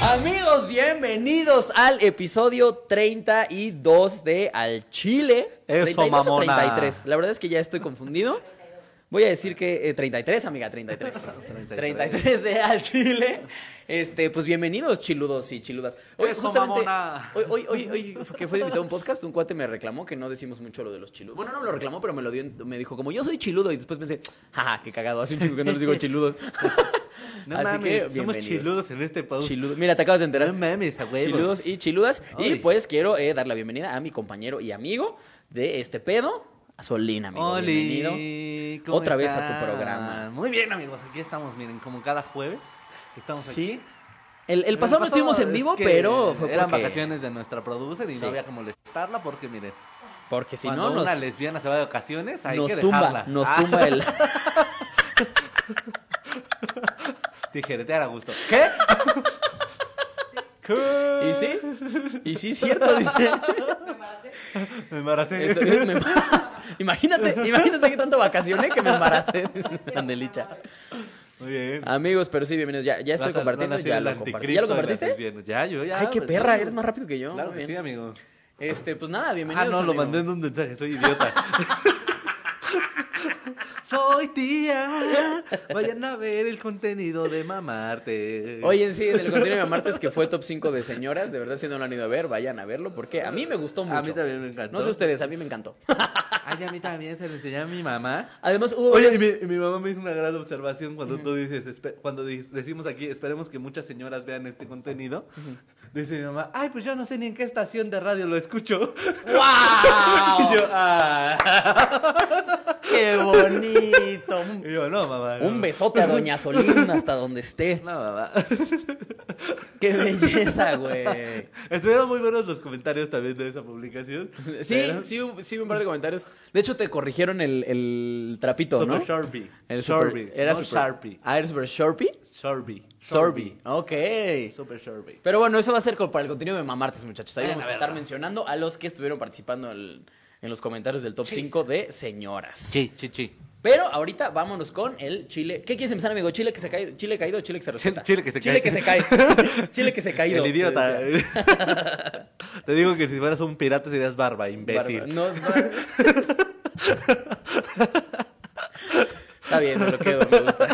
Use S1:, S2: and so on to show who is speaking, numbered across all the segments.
S1: Amigos, bienvenidos al episodio 32 de Al Chile.
S2: Eso,
S1: 32 o
S2: mamona.
S1: 33. La verdad es que ya estoy confundido. Voy a decir que eh, 33, amiga, 33. 33 de Al Chile. Este, pues bienvenidos, chiludos y chiludas. Hoy,
S2: Eso,
S1: justamente,
S2: mamona.
S1: hoy, hoy, hoy, hoy fue- que fue invitado a un podcast, un cuate me reclamó que no decimos mucho lo de los chiludos. Bueno, no me lo reclamó, pero me lo dio, en- me dijo, como yo soy chiludo, y después pensé, jaja, qué cagado, hace un chingo que no les digo chiludos.
S2: No
S1: Así que,
S2: mames, somos
S1: bienvenidos.
S2: chiludos en este post.
S1: Chiludo. Mira, te acabas de enterar.
S2: No mames, a huevo.
S1: Chiludos y chiludas. Y
S2: Ay.
S1: pues quiero eh, dar la bienvenida a mi compañero y amigo de este pedo, a Solín, amigo.
S2: Oli,
S1: Bienvenido.
S2: ¿cómo
S1: Otra vez a tu
S2: están?
S1: programa.
S2: Muy bien, amigos, aquí estamos, miren, como cada jueves que estamos
S1: Sí.
S2: aquí.
S1: El, el pasado no estuvimos en
S2: es
S1: vivo,
S2: que
S1: pero fue
S2: eran
S1: porque,
S2: vacaciones de nuestra producer y
S1: Sí.
S2: no había como estarla porque miren,
S1: porque si
S2: cuando
S1: no nos,
S2: una lesbiana se va de vacaciones, hay
S1: nos
S2: que
S1: tumba,
S2: dejarla.
S1: nos
S2: Ah,
S1: tumba el...
S2: Tijeretear a gusto. ¿Qué? ¿Qué?
S1: Y sí, y sí, cierto, dice.
S2: Me embaracé.
S1: Esto- me- imagínate, imagínate que tanto vacaciones que me embaracé, dice Andelicha.
S2: Muy bien.
S1: Amigos, pero sí, bienvenidos. Ya, ya Ah, estoy
S2: Vas a-
S1: compartiendo,
S2: van a ser
S1: ya
S2: el
S1: lo compartí. ¿Ya
S2: anticristo
S1: lo
S2: de las
S1: compartiste?
S2: lesbianas. Ya, yo ya.
S1: Ay, qué
S2: pues,
S1: perra,
S2: sí.
S1: eres más rápido que yo.
S2: Claro
S1: Muy
S2: que
S1: bien.
S2: sí, amigo.
S1: Este, pues nada,
S2: Ah,
S1: bienvenidos.
S2: no, lo
S1: amigo.
S2: mandé en un mensaje, soy idiota. soy tía. Vayan a ver el contenido de mamarte.
S1: Oye, en sí, en el contenido de martes que fue top 5 de señoras, de verdad si no lo han ido a ver, vayan a verlo porque a mí me gustó mucho.
S2: A mí también me encantó.
S1: No sé ustedes, a mí me encantó.
S2: Ay, a mí también se lo enseñé a mi mamá. Pues,
S1: Además hubo
S2: Oye,
S1: varias-
S2: y mi, y mi mamá me hizo una gran observación cuando tú dices, espe- cuando di- decimos aquí, esperemos que muchas señoras vean este contenido. Dice mi mamá, ay, pues yo no sé ni en qué estación de radio lo escucho.
S1: ¡Guau!
S2: Y yo, "Ah".
S1: ¡Qué bonito! Un-
S2: Y yo, no, mamá. no".
S1: Un besote a Doña Solín hasta donde esté.
S2: No, mamá.
S1: ¡Qué belleza, güey!
S2: Estuvieron muy buenos los comentarios también de esa publicación.
S1: Sí,
S2: Pero-
S1: sí, hubo- sí, hubo un par de comentarios. De hecho, te corrigieron el, el trapito,
S2: Super
S1: ¿no?
S2: Sharpie.
S1: El super- Era
S2: Era no
S1: super-
S2: Sharpie.
S1: Ah, era super Sharpie.
S2: Sharpie.
S1: Sorby. Ok.
S2: Super Sharpie.
S1: Pero bueno, eso va a ser co- para el contenido de Mamartes, muchachos. Ahí
S2: Vayan
S1: vamos
S2: a
S1: a estar
S2: verla.
S1: mencionando a los que estuvieron participando al- en los comentarios del top 5 de señoras.
S2: chi, chi.
S1: Pero ahorita vámonos con el chile. ¿Qué quieres empezar, amigo? ¿Chile que se cae? ¿Chile caído o chile que se receta?
S2: chile que se
S1: chile Que
S2: cae.
S1: se cae. chile que se caído.
S2: El idiota.
S1: te decía.
S2: Te digo que si fueras un pirata serías barba, imbécil.
S1: Bárbaro. No, no. Está bien, me lo quedo, me gusta.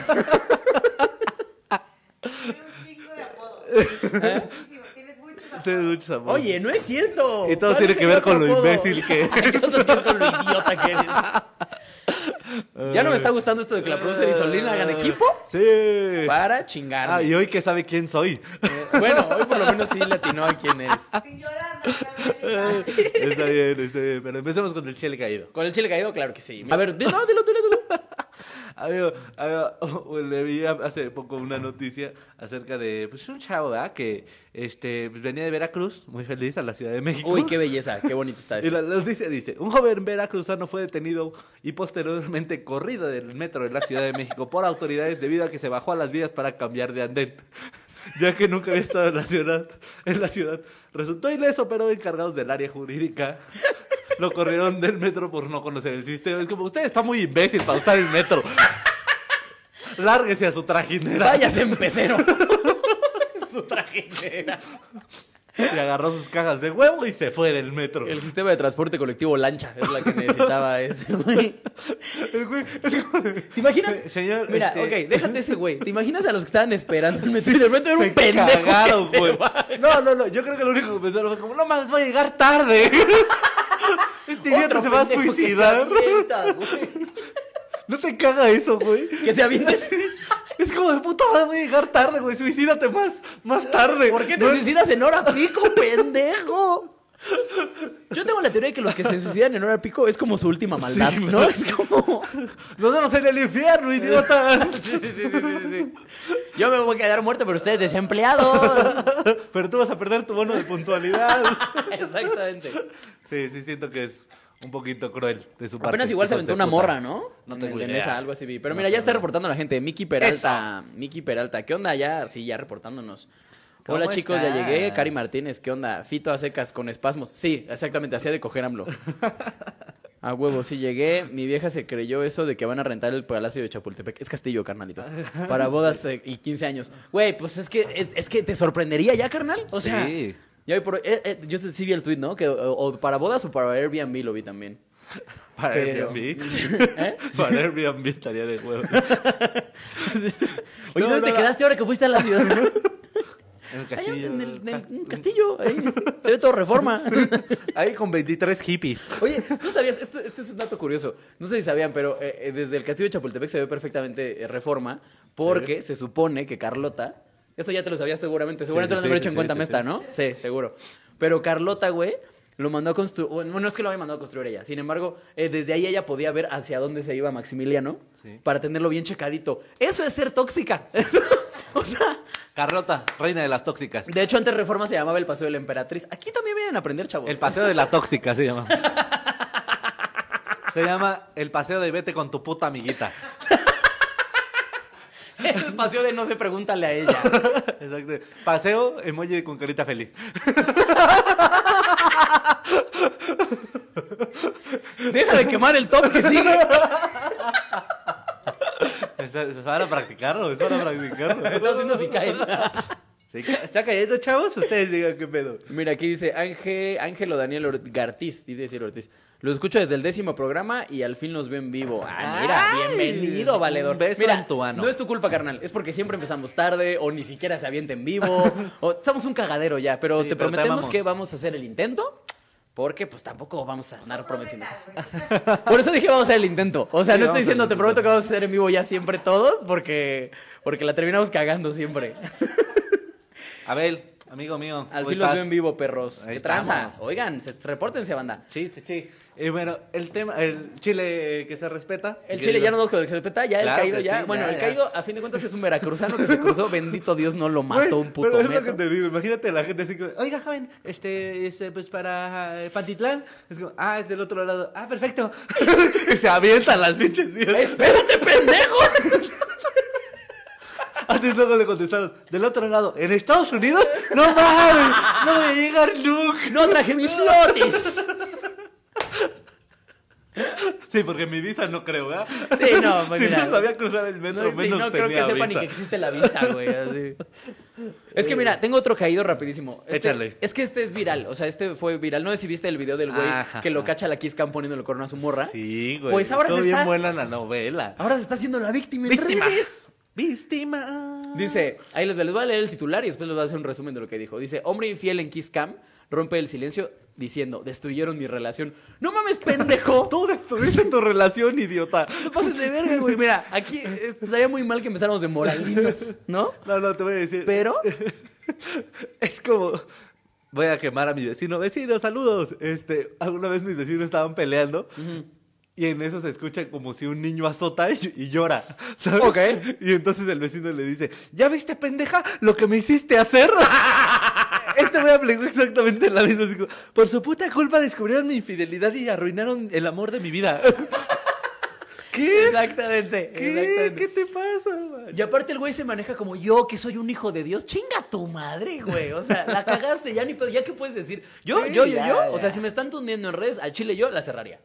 S3: Tiene un chingo de apodos. Muchísimo, Tienes muchos apodos.
S2: Tienes ¿Eh? muchos amores.
S1: Oye, no es cierto.
S2: Y todo
S1: ¿Cuál
S2: tiene
S1: es
S2: que
S1: el
S2: ver
S1: otro
S2: con lo
S1: apodo?
S2: imbécil que-
S1: Hay otros que es con lo idiota que eres. Ya no me está gustando esto de que la producer y Solina hagan equipo
S2: Eh, Sí.
S1: para chingar.
S2: Ah, y hoy que sabe quién soy.
S1: Bueno, hoy por lo menos sí le atinó a quién es.
S2: Ah.
S3: Sin llorar, no voy a
S2: Eh.
S3: ver.
S2: está bien, está bien. Pero empecemos con el chile caído.
S1: ¿Con el chile caído? Claro que sí. A ver, dilo, dilo, dilo, dilo.
S2: Amigo, amigo, oh, le vi hace poco una noticia acerca de pues, un chavo, ¿verdad? Que este, pues, venía de Veracruz, muy feliz, a la Ciudad de México.
S1: Uy, qué belleza, qué bonito está
S2: Y
S1: eso.
S2: la noticia dice, un joven veracruzano fue detenido y posteriormente corrido del metro de la Ciudad de México por autoridades debido a que se bajó a las vías para cambiar de andén, ya que nunca había estado en la ciudad. En la ciudad. Resultó ileso, pero encargados del área jurídica lo corrieron del metro por no conocer el sistema. Es como, usted está muy imbécil para usar el metro. Lárguese a su trajinera.
S1: Váyase empecero. Su trajinera.
S2: Y agarró sus cajas de huevo y se fue del metro.
S1: El sistema de transporte colectivo lancha es la que necesitaba ese güey.
S2: El güey- es como de-
S1: ¿Te imaginas?
S2: Se- señor,
S1: Mira,
S2: este-
S1: ok, déjate ese güey. ¿Te imaginas a los que estaban esperando el metro y de repente era
S2: Se
S1: un pendejo? que
S2: cagaron,
S1: se
S2: güey.
S1: va?
S2: No, no, no. Yo creo que lo único que pensaron fue como, no mames, voy a llegar tarde. Este idiota
S1: Otro
S2: se va a
S1: pendejo que se
S2: suicidar.
S1: avienta, güey.
S2: No te caga eso, güey.
S1: Que se aviente.
S2: Es como de puta madre, voy a llegar tarde, güey. Suicídate más, más tarde.
S1: ¿Por qué te
S2: No-
S1: suicidas en hora pico, pendejo? Yo tengo la teoría de que los que se suicidan en hora pico es como su última maldad,
S2: Sí,
S1: ¿no?
S2: ¿no?
S1: Es como.
S2: Nos vemos en el infierno, idiotas.
S1: Sí, sí, sí, sí, sí, sí. Yo me voy a quedar muerto, pero ustedes desempleados.
S2: Pero tú vas a perder tu bono de puntualidad.
S1: Exactamente.
S2: Sí, sí, siento que es un poquito cruel de su parte.
S1: Apenas igual se
S2: hijos de
S1: aventó una
S2: puta.
S1: morra, ¿no?
S2: No
S1: En
S2: tengo
S1: el de
S2: idea.
S1: Nesa, algo así vi. Pero
S2: No
S1: mira, ya
S2: tengo
S1: está
S2: idea.
S1: reportando la gente. Miki Peralta. Miki Peralta, ¿qué onda? Ya, sí, ya reportándonos.
S2: ¿Cómo
S1: Hola chicos, ya
S2: están?
S1: llegué. Cari Martínez, ¿qué onda? Fito a secas con espasmos. Sí, exactamente, hacía de coger AMLO. A huevo, sí llegué. Mi vieja se creyó eso de que van a rentar el Palacio de Chapultepec. Es castillo, carnalito. Para bodas eh, y 15 años. Güey, pues es que, es que te sorprendería ya, carnal. O sea,
S2: Sí.
S1: ya hoy por hoy- eh, eh, yo sí vi el tweet, ¿no? Que, o, o para bodas o para Airbnb lo vi también.
S2: Para
S1: Pero-
S2: Airbnb.
S1: ¿Eh?
S2: Para Airbnb estaría de huevo.
S1: Oye,
S2: No,
S1: ¿dónde
S2: no,
S1: te
S2: no.
S1: quedaste ahora que fuiste a la ciudad?
S2: En el
S1: Allá
S2: castillo.
S1: en el, en el- en el castillo. ahí. Se ve todo reforma.
S2: Ahí con 23 hippies.
S1: Oye, tú sabías, esto, este es un dato curioso. No sé si sabían, pero eh, eh, desde el castillo de Chapultepec se ve perfectamente eh, reforma, porque se supone que Carlota. Esto ya te lo sabías seguramente, seguramente
S2: sí,
S1: lo han de haber
S2: sí,
S1: hecho en
S2: sí,
S1: cuenta
S2: sí,
S1: Mesta,
S2: sí.
S1: ¿no? Sí, seguro. Pero Carlota, güey, lo mandó a construir. Bueno, no es que lo haya mandado a construir ella. Sin embargo, eh, desde ahí ella podía ver hacia dónde se iba Maximiliano
S2: Sí.
S1: para tenerlo bien checadito. Eso es ser tóxica. Eso- o sea,
S2: Carlota, reina de las tóxicas.
S1: de hecho, antes Reforma se llamaba el Paseo de la Emperatriz. Aquí también vienen a aprender, chavos.
S2: El paseo de la tóxica se llama. Se llama el paseo de vete con tu puta amiguita.
S1: el paseo de no se pregúntale a ella.
S2: Exacto. Paseo emoji con carita feliz.
S1: Deja de quemar el top que sigue.
S2: Es, es para practicarlo, es para practicarlo.
S1: Estás haciendo si caen.
S2: Sí, ca- ¿Está cayendo, chavos? Ustedes digan qué pedo.
S1: Mira, aquí dice Ángel, Ángelo Daniel Or- Gartiz, dice decir Ortiz. Lo escucho desde el décimo programa y al fin los veo en vivo. Ah, mira,
S2: Ay,
S1: bienvenido,
S2: un
S1: valedor.
S2: beso
S1: mira,
S2: en tu ano.
S1: No es tu culpa, carnal. Es porque siempre empezamos tarde o ni siquiera se avienta en vivo. o estamos un cagadero ya, pero
S2: Sí,
S1: te
S2: pero te
S1: prometemos
S2: amamos.
S1: que vamos a hacer el intento. Porque pues tampoco vamos a andar
S3: No
S1: prometiendo
S3: prometas,
S1: cosas.
S3: güey.
S1: Por eso dije vamos a hacer el intento. O sea,
S2: Sí,
S1: no
S2: vamos a
S1: estoy diciendo
S2: hacer
S1: te
S2: el
S1: prometo
S2: intento.
S1: que vamos a hacer en vivo ya siempre todos porque porque la terminamos cagando siempre.
S2: Abel, amigo mío.
S1: Al
S2: ¿cómo
S1: fin los
S2: estás?
S1: veo en vivo, perros.
S2: Ahí
S1: ¡Qué tranza!
S2: estamos.
S1: Oigan, se, repórtense, banda.
S2: Sí, sí, sí. Y bueno, el tema, el chile eh, que se respeta.
S1: El
S2: Que
S1: chile
S2: yo-
S1: ya no nos respeta, ya
S2: Claro
S1: el caído
S2: que
S1: ya.
S2: sí,
S1: bueno,
S2: ya,
S1: el
S2: ya.
S1: caído, a fin de cuentas, es un veracruzano que se cruzó. Bendito Dios, no lo mató
S2: Güey,
S1: un puto
S2: Pero es lo
S1: metro.
S2: que te digo, imagínate la gente así como, oiga, joven, este es eh, pues para eh, Pantitlán. Es como, ah, es del otro lado. Ah, perfecto. y se avientan las pinches vías.
S1: ¡Espérate, pendejo!
S2: Antes luego le contestaron, del otro lado, ¿en Estados Unidos? No mames, no voy a llegar nunca.
S1: ¡No traje mis flores!
S2: Sí, porque mi visa no creo, ¿verdad?
S1: Sí, no, pues
S2: Si
S1: mira.
S2: no sabía cruzar el
S1: No,
S2: metro,
S1: sí,
S2: menos
S1: no creo que
S2: tenía
S1: sepa ni
S2: visa.
S1: que existe la visa, güey. así. Es que mira, tengo otro caído rapidísimo. Este-
S2: Échale.
S1: Es que este es viral, o sea, este fue viral. No sé si viste el video del güey
S2: Ajá.
S1: que lo cacha la Kiss Cam poniéndole corona a su morra.
S2: Sí, güey.
S1: Pues ahora
S2: Todo
S1: se
S2: bien
S1: está-
S2: buena la novela.
S1: Ahora se está haciendo la víctima en
S2: Víctima.
S1: redes.
S2: Víctima.
S1: Dice, ahí les, les voy a leer el titular y después les voy a hacer un resumen de lo que dijo. Dice, hombre infiel en Kiss Cam rompe el silencio diciendo, destruyeron mi relación. ¡No mames, pendejo!
S2: Tú destruiste tu relación, idiota.
S1: No pases de verga, güey. Mira, aquí eh, estaría muy mal que empezáramos de moralinos, ¿no?
S2: No, no, te voy a decir.
S1: Pero,
S2: Es como. Voy a quemar a mi vecino. Vecino, saludos. Este, alguna vez mis vecinos estaban peleando. Y en eso se escucha como si un niño azota y, y llora. ¿sabes?
S1: Ok.
S2: Y entonces el vecino le dice: ¿Ya viste, pendeja, lo que me hiciste hacer? este me aplicó exactamente la misma. así como, Por su puta culpa descubrieron mi infidelidad y arruinaron el amor de mi vida. ¿Qué?
S1: exactamente.
S2: ¿Qué?
S1: exactamente.
S2: ¿Qué te pasa? man?
S1: Y aparte el güey se maneja como yo, que soy un hijo de Dios. Chinga tu madre, güey. O sea, la cagaste, ya ni pedo. ¿Ya qué puedes decir? Yo,
S2: Sí,
S1: yo, yo,
S2: ya,
S1: yo. O
S2: ya.
S1: sea, si me están tundiendo en redes, al chile yo la cerraría.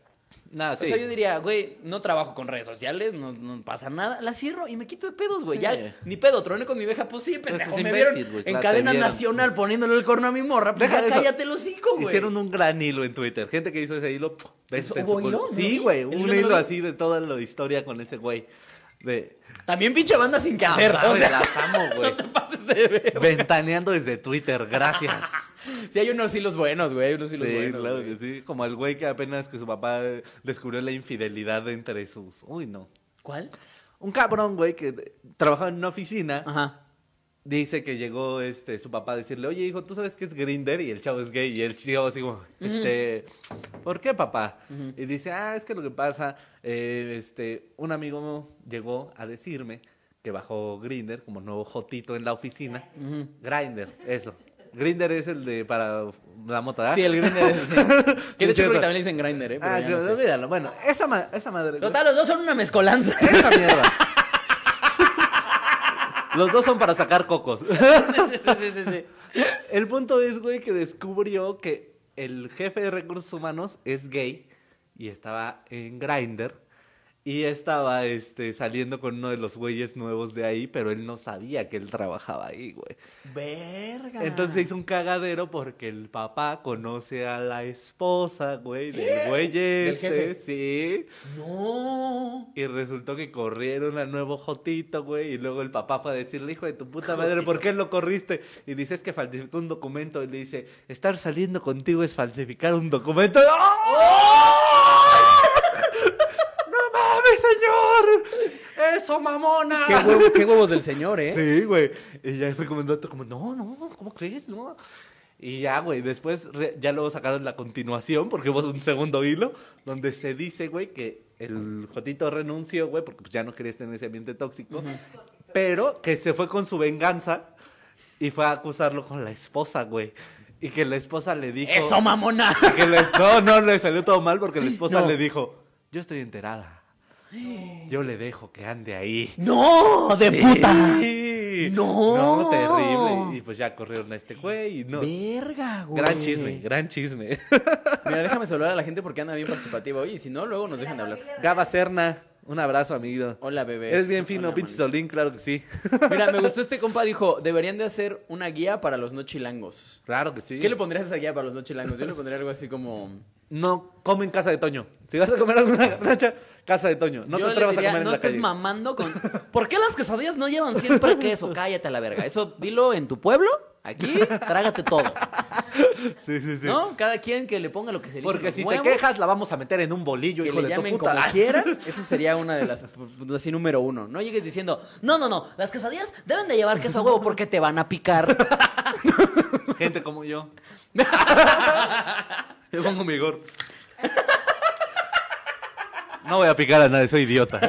S2: Nada,
S1: O sea, yo diría, güey, no trabajo con redes sociales, no, no pasa nada, la cierro y me quito de pedos, güey.
S2: Sí.
S1: Ya, ni pedo, troné con mi vieja, pues sí, pendejo,
S2: es
S1: me
S2: imbécil,
S1: vieron
S2: güey,
S1: en
S2: claro,
S1: cadena
S2: te vieron.
S1: nacional poniéndole el corno a mi morra, pues ya
S2: Deja de eso.
S1: cállate los hocico, güey.
S2: Hicieron un gran hilo en Twitter. Gente que hizo ese hilo. pff,
S1: ¿Eso
S2: Besos en
S1: hubo
S2: su culo.
S1: hilo? ¿No
S2: Sí,
S1: vi?
S2: güey.
S1: El
S2: Un
S1: hilo
S2: hilo,
S1: no lo vi.
S2: así de toda la historia con ese güey. De.
S1: También pinche banda sin que hacer,
S2: Ah,
S1: o
S2: mames,
S1: sea,
S2: las amo, güey.
S1: no te pases de ver.
S2: Ventaneando desde Twitter, gracias.
S1: Sí, hay unos hilos buenos, güey, hay unos
S2: Ah, Sí,
S1: hilos buenos.
S2: claro
S1: güey.
S2: que sí. Como el güey que apenas que su papá eh, descubrió la infidelidad entre sus. Uy, no.
S1: ¿Cuál?
S2: Un cabrón, güey, que eh, trabajaba en una oficina.
S1: Ajá.
S2: Dice que llegó este su papá a decirle, oye hijo, ¿tú sabes qué es Grinder? Y el chavo es gay. Y el chavo así como, este, ¿por qué papá? Y dice, ah, es que lo que pasa, eh, este, un amigo llegó a decirme que bajó Grinder como nuevo jotito en la oficina. Grinder, eso. Grinder es el de para la mota, ¿verdad?
S1: Sí, el grinder ese, sí. Que de
S2: ¿Ah? Sí,
S1: hecho creo
S2: cierto.
S1: que también le dicen grinder, eh. Pero
S2: Ah,
S1: ya no
S2: que-
S1: sé.
S2: olvídalo. Bueno, esa, ma- esa madre.
S1: Total, los dos son una mezcolanza.
S2: Esa mierda. Los dos son para sacar cocos.
S1: sí, sí, sí, sí, sí.
S2: El punto es, güey, que descubrió que el jefe de recursos humanos es gay y estaba en Grindr y estaba este, saliendo con uno de los güeyes nuevos de ahí, pero él no sabía que él trabajaba ahí, güey.
S1: Verga.
S2: Entonces se hizo un cagadero porque el papá conoce a la esposa, güey, del güey
S1: Del
S2: este,
S1: jefe.
S2: sí.
S1: No.
S2: Y resultó que corrieron al nuevo Jotito, güey. Y luego el papá fue a decirle, hijo de tu puta madre, ¿por qué lo corriste? Y dice, es que falsificó un documento. Y le dice, estar saliendo contigo es falsificar un documento. ¡Oh! ¡No mames, señor! ¡Eso, mamona!
S1: Qué, huevo- qué huevos del señor, ¿eh?
S2: Sí, güey. Y ya fue como el dato, como, no, no, ¿cómo crees? No. Y ya, güey, después re- ya luego sacaron la continuación, porque hubo un segundo hilo, donde se dice, güey, que el Jotito renunció, güey, porque pues, ya no quería estar en ese ambiente tóxico, pero que se fue con su venganza y fue a acusarlo con la esposa, güey. Y que la esposa le dijo...
S1: Eso, mamona.
S2: que la- No, no, le salió todo mal porque la esposa
S1: No.
S2: le dijo, yo estoy enterada. Yo le dejo que ande ahí.
S1: No, de
S2: Sí.
S1: puta.
S2: No,
S1: No.
S2: terrible. Y pues ya corrieron a este güey y no.
S1: Verga, güey.
S2: Gran chisme, gran chisme.
S1: Mira, déjame saludar a la gente porque anda bien participativa hoy. Y si no, luego nos dejan de hablar.
S2: Gaba Serna, un abrazo, amigo.
S1: Hola, bebés.
S2: Eres bien fino,
S1: Hola,
S2: pinche
S1: manito.
S2: Solín, claro que sí.
S1: Mira, me gustó este compa. Dijo: deberían de hacer una guía para los no chilangos.
S2: Claro que sí.
S1: ¿Qué le pondrías a esa guía para los no chilangos? Yo le pondría algo así como.
S2: No, come en casa de Toño. Si vas a comer alguna garnacha, casa de Toño. No
S1: Yo
S2: te
S1: les
S2: atrevas
S1: diría,
S2: a comer
S1: no
S2: en la
S1: estés
S2: calle.
S1: mamando con. ¿Por qué las quesadillas no llevan siempre queso? Cállate a la verga. Eso dilo en tu pueblo, aquí, trágate todo.
S2: Sí, sí, sí.
S1: ¿No? Cada quien que le ponga lo que se le hinche
S2: Porque
S1: los
S2: si
S1: huevos,
S2: te quejas, la vamos a meter en un bolillo,
S1: que
S2: hijo
S1: le
S2: de tu
S1: llamen
S2: puta.
S1: como quieran, eso sería una de las pues, así número uno. No llegues diciendo, no, no, no, las quesadillas deben de llevar queso a huevo porque te van a picar.
S2: Gente como yo. Yo pongo mi gorro. No voy a picar a nadie, soy idiota.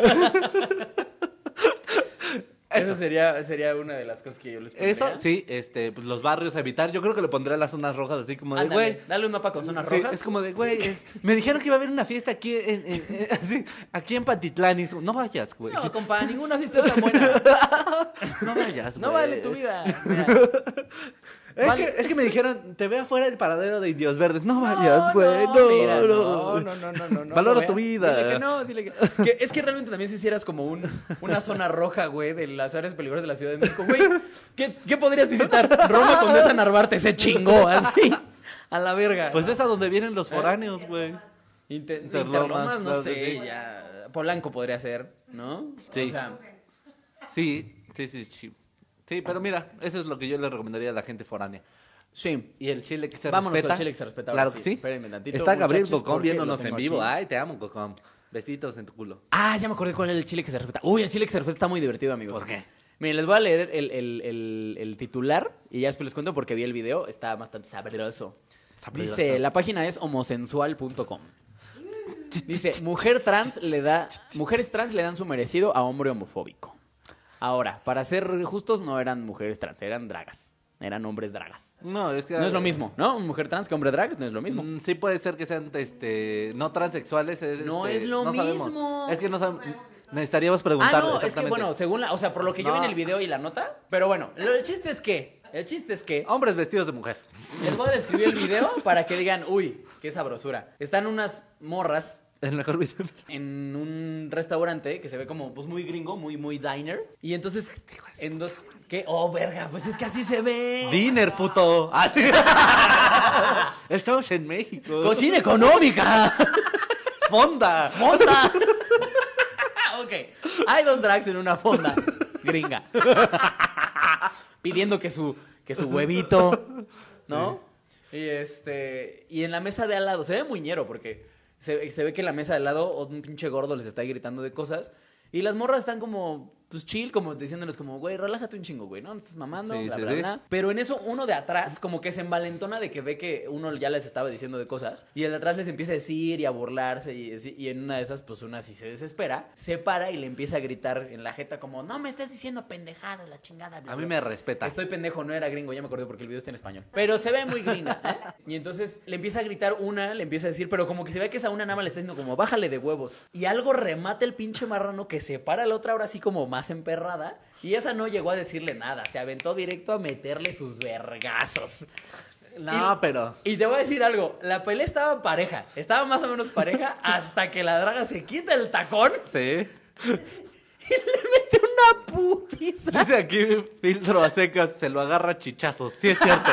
S1: Eso sería, sería una de las cosas que yo les pondría.
S2: Eso, sí, este, pues los barrios a evitar. Yo creo que le pondré las zonas rojas así como de,
S1: Ándale,
S2: güey.
S1: dale un mapa con zonas
S2: sí,
S1: rojas.
S2: es como de, güey, es- me dijeron que iba a haber una fiesta aquí en, en- en- así, aquí en Patitlán. Y es como, no vayas, güey.
S1: No, compa, ninguna fiesta es tan buena.
S2: No vayas,
S1: No
S2: Pues, güey.
S1: vale tu vida. Mira.
S2: Es,
S1: Vale.
S2: que, es que me dijeron, te veo afuera del paradero de Indios Verdes. No
S1: No,
S2: vayas, güey. No,
S1: mira, no,
S2: no,
S1: no, no, no, no, no
S2: Valora
S1: lo
S2: tu
S1: veas.
S2: vida.
S1: Dile que no, dile que no. Que es que realmente también si hicieras como un, una zona roja, güey, de las áreas peligrosas de la Ciudad de México, güey, ¿qué, qué podrías visitar? Roma Condesa Narvarte se chingó, así, a la verga.
S2: Pues es a donde vienen los
S1: Eh,
S2: foráneos, güey.
S1: Inte-
S2: Interlomas,
S1: Interlomas, no
S2: claro que
S1: sé,
S2: sí.
S1: ya, Polanco podría ser, ¿no?
S2: Sí.
S1: O sea,
S2: Sí, sí, sí, sí. Sí, pero mira, eso es lo que yo le recomendaría a la gente foránea.
S1: sí.
S2: Y el chile que se
S1: Vámonos
S2: respeta.
S1: con chile que se respeta, ahora
S2: Claro que
S1: sí.
S2: sí.
S1: Espérenme tantito,
S2: Está Gabriel
S1: muchachos,
S2: Cocom
S1: porque lo
S2: viéndonos
S1: tengo
S2: en vivo.
S1: aquí.
S2: Ay, te amo, Cocom. Besitos en tu culo.
S1: Ah, ya me acordé cuál era el chile que se respeta. Uy, el chile que se respeta está muy divertido, amigos.
S2: ¿Por qué?
S1: Miren, les voy a leer el, el- el- el titular y ya después les cuento porque vi el video. Está bastante sabroso.
S2: Sabroso.
S1: Dice, la página es homosensual.com. Dice, mujer trans le da, mujeres trans le dan su merecido a hombre homofóbico. Ahora, para ser justos, no eran mujeres trans, eran dragas. Eran hombres dragas.
S2: No, es que.
S1: No es lo mismo, ¿no? Mujer trans que hombre drag no es lo mismo.
S2: Mm, Sí puede ser que sean este no transexuales, es,
S1: No
S2: este,
S1: es lo
S2: no sabemos.
S1: mismo.
S2: Es que no sabemos. Necesitaríamos preguntarle.
S1: Ah, no, es que
S2: exactamente.
S1: bueno, según la, o sea, por lo que yo
S2: No.
S1: vi en el video y la nota, pero bueno, lo- el chiste es que, el chiste es que,
S2: Hombres vestidos de mujer.
S1: les voy a describir el video para que digan, uy, qué sabrosura. Están unas morras
S2: El mejor video.
S1: en un restaurante que se ve como, pues muy gringo, muy, muy diner, y entonces, en dos, ¿qué? Oh, verga, pues es que así se ve.
S2: Dinner, puto. Ah, sí. Estamos en México.
S1: Cocina económica.
S2: Fonda.
S1: Fonda. ok, hay dos drags en una fonda gringa. Pidiendo que su, que su huevito, ¿no? Y este, y en la mesa de al lado, se ve muñero porque se, se ve que en la mesa de al lado un pinche gordo les está gritando de cosas y las morras están como, pues chill, como diciéndoles como, güey, relájate un chingo, güey, ¿no? No Estás mamando,
S2: Sí,
S1: bla,
S2: sí,
S1: bla,
S2: sí.
S1: bla. Pero en eso uno de atrás como que se envalentona de que ve que uno ya les estaba diciendo de cosas y el de atrás les empieza a decir y a burlarse y, así, y en una de esas pues una si se desespera, se para y le empieza a gritar en la jeta como, no me estés diciendo pendejadas, la chingada. bla,
S2: A mí
S1: bla".
S2: me respeta.
S1: Estoy pendejo, no era gringo, ya me acordé porque el video está en español. Pero se ve muy gringa. ¿eh? Y entonces le empieza a gritar una, le empieza a decir, pero como que se ve que esa una nada más le está diciendo como, bájale de huevos. Y algo remata el pinche marrano que se para la otra ahora así como más emperrada. Y esa no llegó a decirle nada, se aventó directo a meterle sus vergazos.
S2: No,
S1: Y-
S2: pero.
S1: Y te voy a decir algo, la pelea estaba pareja, estaba más o menos pareja hasta que la draga se quita el tacón
S2: Sí.
S1: y le mete una putiza.
S2: Dice aquí filtro a secas, se lo agarra a chichazos. Sí, es cierto.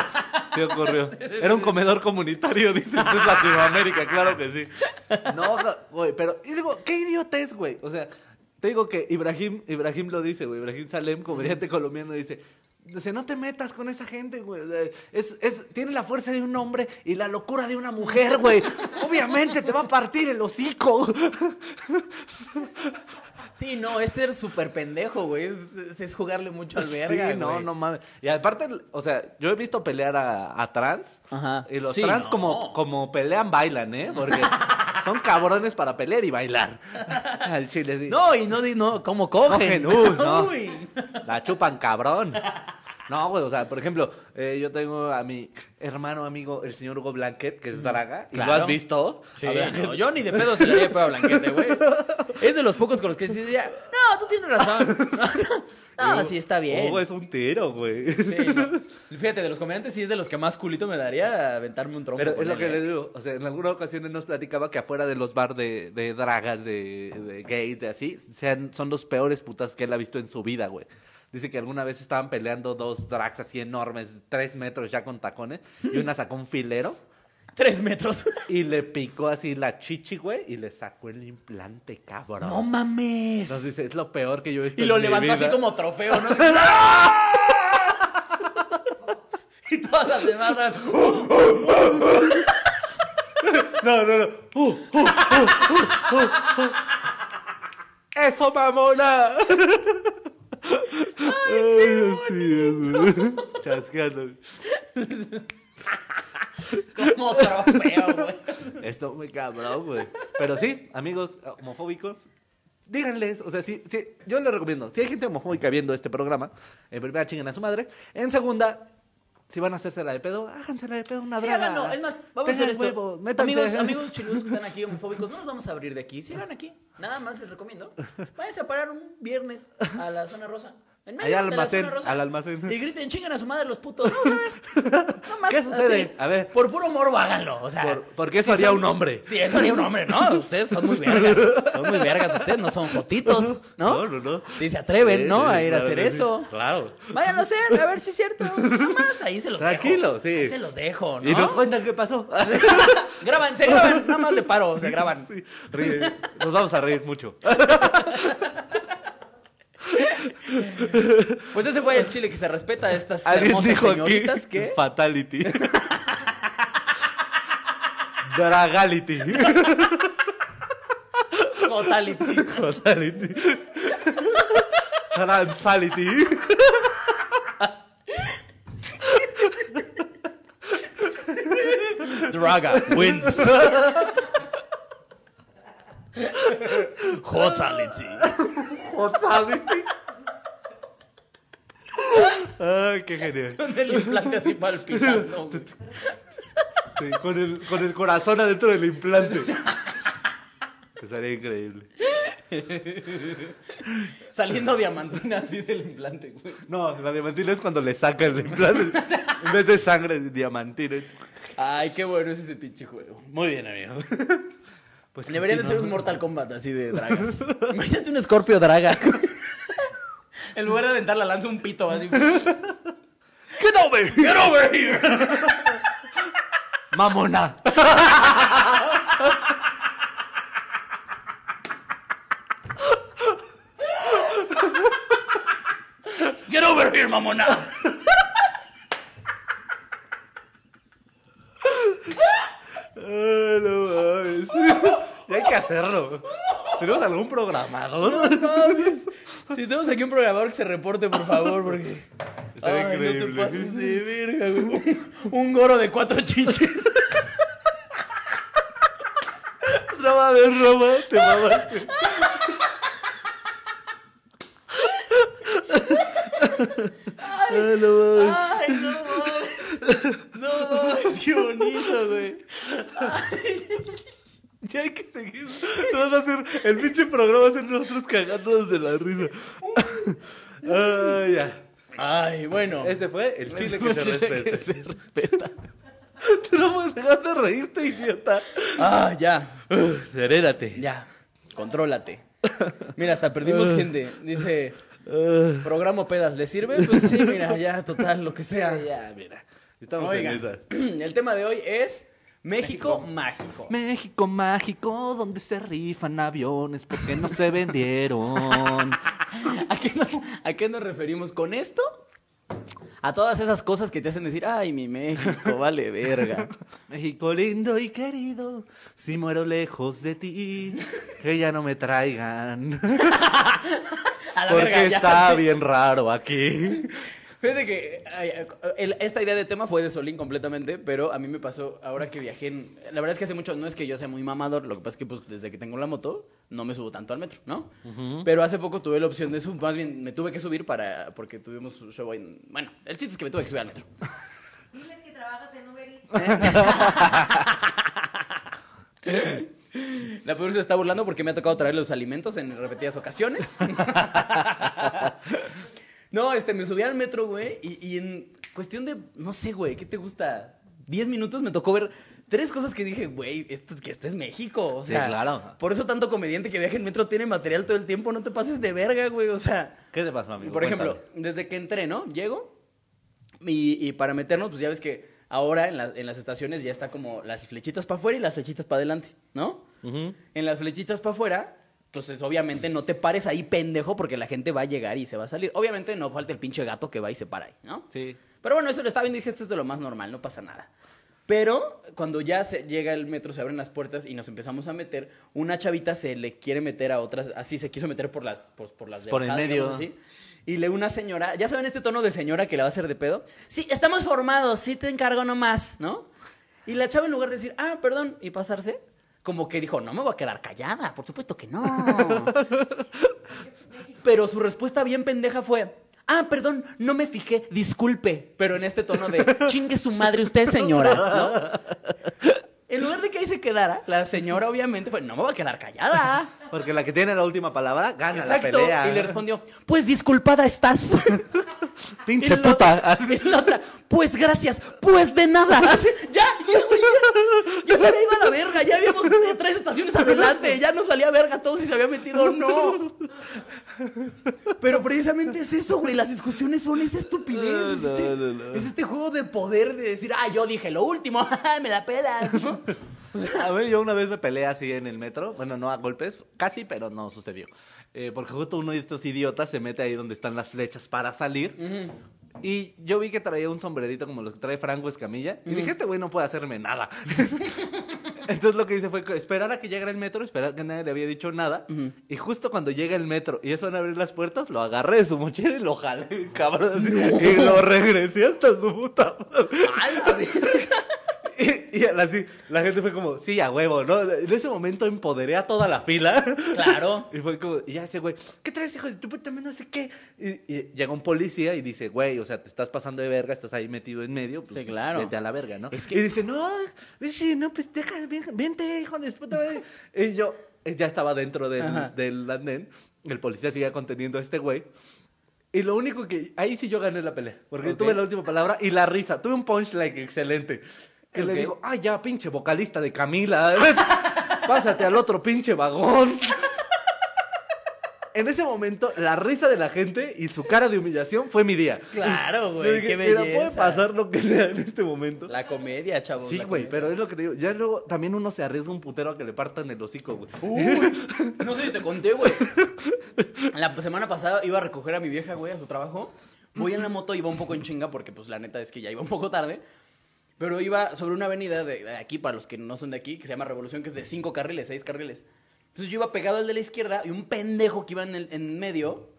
S2: Sí ocurrió. Era un comedor comunitario, dice. Eso es Latinoamérica, claro que sí. No, no, güey, pero. Y digo, qué idiota es, güey. O sea, te digo que Ibrahim, Ibrahim lo dice, güey. Ibrahim Salem, comediante colombiano, dice. Dice, no te metas con esa gente, güey. O sea, es, es, tiene la fuerza de un hombre y la locura de una mujer, güey. Obviamente te va a partir el hocico.
S1: Sí, no, es ser súper pendejo, güey, es, es jugarle mucho al verga,
S2: sí, no,
S1: güey.
S2: no mames. Y aparte, o sea, yo he visto pelear a, a trans.
S1: Ajá.
S2: Y los
S1: Sí,
S2: trans
S1: no.
S2: como, como pelean, bailan, ¿eh? Porque son cabrones para pelear y bailar. Al chile, sí.
S1: No, y no, di- no, ¿cómo cogen?
S2: Cogen, uy, no.
S1: Uy.
S2: La chupan cabrón. No, güey, o sea, por ejemplo, eh, yo tengo a mi hermano amigo, el señor Hugo Blanquet, que es draga. ¿Y lo
S1: Mm, Claro.
S2: has visto?
S1: Sí,
S2: A ver,
S1: no, yo ni de pedo se le había pegado a Blanquete, güey. Es de los pocos con los que sí decía, no, tú tienes razón. No, sí está bien.
S2: Hugo oh, es un tiro, güey.
S1: Sí, no. Fíjate, de los comediantes sí es de los que más culito me daría aventarme un trompo.
S2: Pero
S1: con
S2: es lo
S1: él,
S2: que
S1: ¿eh?
S2: les digo, o sea, en alguna ocasión nos platicaba que afuera de los bar de, de dragas, de, de gays, de así, sean, son los peores putas que él ha visto en su vida, güey. Dice que alguna vez estaban peleando dos drags así enormes, tres metros ya con tacones, y una sacó un filero
S1: Tres metros.
S2: y le picó así la chichi, güey, y le sacó el implante, cabrón.
S1: No mames.
S2: Entonces dice, es lo peor que yo he visto
S1: y
S2: en
S1: lo
S2: mi
S1: levantó así
S2: vida".
S1: como trofeo, ¿no? y todas las demás.
S2: No, no, no. Uh, uh, uh, uh, uh, uh. ¡Eso, mamona! ¡Ay, qué bonito! Chasqueando.
S1: Como trofeo, güey.
S2: Esto es muy cabrón, güey. Pero sí, amigos eh, homofóbicos, díganles, o sea, sí, sí, yo les recomiendo, si hay gente homofóbica viendo este programa, en primera chinguen a su madre, en segunda, si van a hacerse la de pedo, háganse la de pedo una
S1: Sí,
S2: draga.
S1: háganlo. Es más, vamos
S2: Tengan
S1: a hacer esto.
S2: huevos, métanse.
S1: amigos, amigos chiludos que están aquí homofóbicos, no nos vamos a abrir de aquí. Sigan aquí. Nada más les recomiendo. Váyanse a parar un viernes a la zona rosa. En medio
S2: Allá al
S1: de la
S2: almacén,
S1: zona rosa.
S2: al almacén.
S1: Y griten, chingan a su madre los putos. Vamos a ver. No más,
S2: ¿Qué sucede?
S1: así.
S2: A ver.
S1: Por puro morbo, háganlo. O sea,
S2: Por- porque eso haría un hombre.
S1: Sí, eso haría un hombre, ¿no? Ustedes son muy vergas. Son muy vergas. Ustedes no son jotitos, ¿no?
S2: No, no, no.
S1: Sí, se atreven,
S2: Sí,
S1: ¿no?
S2: sí,
S1: a ir a
S2: claro
S1: hacer
S2: que sí.
S1: eso.
S2: Claro.
S1: Váyanlo a hacer, a ver si es cierto. Nada más, ahí se los dejo.
S2: Tranquilo, sí.
S1: Ahí se los dejo, ¿no?
S2: Y nos cuentan qué pasó.
S1: graban, se graban. Nada más de paro, se graban.
S2: Sí, ríe. Nos vamos a reír mucho.
S1: Pues ese fue el chile que se respeta de estas
S2: Alguien
S1: hermosas
S2: dijo aquí
S1: señoritas que...
S2: Fatality. Dragality.
S1: Totality.
S2: Fatality. Transality.
S1: Draga wins. Hotality.
S2: Fatality. Ay, qué genial.
S1: Con el implante así palpitando, güey.
S2: Sí, con, el, con el corazón adentro del implante. Que sería increíble.
S1: Saliendo diamantina así del implante, güey.
S2: No, la diamantina es cuando le saca el implante. En vez de sangre, es diamantina.
S1: Ay, qué bueno es ese pinche juego.
S2: Muy bien, amigo. Pues
S1: Debería de ser un
S2: continuamos.
S1: Mortal Kombat así de dragas. Imagínate un Scorpio Draga. En lugar de aventar la lanza un pito así.
S2: Get over here. Get over here. Mamona.
S1: Get over here, mamona.
S2: Ay, no mames. Ya hay que hacerlo. ¿Tenemos algún programador?
S1: Si tenemos aquí un programador que se reporte, por favor, porque.
S2: Estaría
S1: Ay,
S2: increíble.
S1: No te pases de verga, güey. Un goro de cuatro chiches.
S2: No mames, Roma, te mamaste. Ay, no mames.
S1: Ay, no mames. No mames, qué bonito, güey.
S2: Ya hay que seguir. Nos va a hacer el pinche programa va a ser nosotros cagándonos de la risa. Ay, ya.
S1: Ay, bueno.
S2: Ese fue el chile
S1: Ese
S2: que
S1: fue
S2: se
S1: el chile que
S2: respeta.
S1: se respeta.
S2: Tú no puedes dejar de reírte, idiota.
S1: Ah, ya,
S2: Uf, serénate.
S1: ya. Contrólate. Mira, hasta perdimos gente. Dice,
S2: Uf.
S1: programa pedas, ¿le sirve? Pues sí, mira, ya, total, lo que sea.
S2: Ya, mira. Estamos
S1: Oigan,
S2: en esas.
S1: el tema de hoy es México, mágico.
S2: México mágico, donde se rifan aviones porque no se vendieron.
S1: ¿A qué, nos, a qué nos referimos con esto? A todas esas cosas que te hacen decir, ay, mi México, vale verga.
S2: México lindo y querido, si muero lejos de ti, que ya no me traigan.
S1: A la verga,
S2: Porque
S1: ya.
S2: está bien raro aquí.
S1: Fíjate que ay, el- esta idea de tema fue de Solín completamente, pero a mí me pasó ahora que viajé. en- la verdad es que hace mucho, no es que yo sea muy mamador, lo que pasa es que pues, desde que tengo la moto no me subo tanto al metro, ¿no? Pero hace poco tuve la opción de subir, más bien me tuve que subir para, porque tuvimos un show en... Bueno, el chiste es que me tuve que subir al metro.
S3: Diles que trabajas en Uber Eats.
S1: La peor se está burlando porque me ha tocado traer los alimentos en repetidas ocasiones. no, este, me subí al metro, güey, y, y en cuestión de, no sé, güey, ¿qué te gusta? Diez minutos me tocó ver tres cosas que dije, güey, esto, que esto es México. O
S2: Sí,
S1: sea,
S2: claro.
S1: Por eso tanto comediante que viaja en metro tiene material todo el tiempo, no te pases de verga, güey, o sea.
S2: ¿Qué te pasó, amigo?
S1: Por ejemplo,
S2: Cuéntame.
S1: desde que entré, ¿no? Llego y, y para meternos, pues ya ves que ahora en, la- en las estaciones ya está como las flechitas para afuera y las flechitas para adelante, ¿no? En las flechitas para afuera, entonces obviamente no te pares ahí, pendejo, porque la gente va a llegar y se va a salir. Obviamente no falta el pinche gato que va y se para ahí, ¿no?
S2: Sí.
S1: Pero bueno, eso lo estaba viendo y dije, esto es de lo más normal, no pasa nada. Pero cuando ya se llega el metro, se abren las puertas y nos empezamos a meter, una chavita se le quiere meter a otras, así se quiso meter por las por, por las de
S2: Por el
S1: bajada,
S2: medio.
S1: digamos así. Y le una señora, ya saben este tono de señora que la va a hacer de pedo. Sí, estamos formados, sí te encargo nomás, ¿no? Y la chava en lugar de decir, ah, perdón, y pasarse, como que dijo, no me voy a quedar callada, por supuesto que no. Pero su respuesta bien pendeja fue, ah, perdón, no me fijé, disculpe. Pero en este tono de, chingue su madre usted, señora, ¿no? En lugar de que ahí se quedara, la señora obviamente fue, no me voy a quedar callada.
S2: Porque la que tiene la última palabra gana la
S1: Exacto.
S2: pelea.
S1: Y le respondió, pues disculpada estás.
S2: Pinche
S1: Y la-
S2: puta.
S1: Y la otra, pues gracias, pues de nada. Así, ya, ya, güey, ya. Yo se me iba a la verga, ya habíamos de tres estaciones adelante, ya nos valía verga todo si se había metido o no. Pero precisamente es eso, güey, las discusiones son esa estupidez.
S2: No,
S1: es, este,
S2: no, no, no.
S1: es este juego de poder de decir, ah, yo dije lo último, me la pelas, ¿no?
S2: A ver, yo una vez me peleé así en el metro. Bueno, no a golpes, casi, pero no sucedió. Eh, porque justo uno de estos idiotas se mete ahí donde están las flechas para salir. Y yo vi que traía un sombrerito como los que trae Franco Escamilla. Y dije, este güey no puede hacerme nada. Entonces lo que hice fue que esperar a que llegara el metro, esperar que nadie le había dicho nada. Y justo cuando llega el metro y eso van a abrir las puertas, lo agarré de su mochila y lo jalé, cabrón. así, Y lo regresé hasta su puta madre.
S1: A la verga.
S2: Y, y así, la gente fue como, sí, a huevo, ¿no? En ese momento empoderé a toda la fila.
S1: Claro.
S2: Y fue como, y ya ese güey, ¿qué traes, hijo de tu puta madre? No sé qué. Y, y llega un policía y dice, güey, o sea, te estás pasando de verga, estás ahí metido en medio. Pues,
S1: Sí, claro.
S2: Vete a la verga, ¿no?
S1: Es que-
S2: Y dice, no, Richie, no, pues deja, ven- vente, hijo de su puta madre. Y yo, eh, ya estaba dentro
S1: Ajá.
S2: del, del andén. El policía seguía conteniendo a este güey. Y lo único que. Ahí sí yo gané la pelea. Porque
S1: Ok.
S2: tuve la última palabra y la risa. Tuve un punchline excelente. Que le
S1: Ok.
S2: digo, ay, ya, pinche vocalista de Camila. Pásate al otro pinche vagón. En ese momento, la risa de la gente y su cara de humillación fue mi día.
S1: Claro,
S2: Yo
S1: güey,
S2: dije,
S1: qué
S2: "Mira,
S1: belleza.
S2: puede pasar lo que sea en este momento.
S1: La comedia, chavos.
S2: Sí,
S1: la
S2: güey,
S1: comedia.
S2: pero es lo que te digo. Ya luego también uno se arriesga un putero a que le partan el hocico, güey.
S1: Uy, no sé si te conté, güey. La semana pasada iba a recoger a mi vieja, güey, a su trabajo. Voy en la moto, iba un poco en chinga porque, pues, la neta es que ya iba un poco tarde. Pero iba sobre una avenida de, de aquí, para los que no son de aquí, que se llama Revolución, que es de cinco carriles, seis carriles. Entonces yo iba pegado al de la izquierda y un pendejo que iba en, el, en medio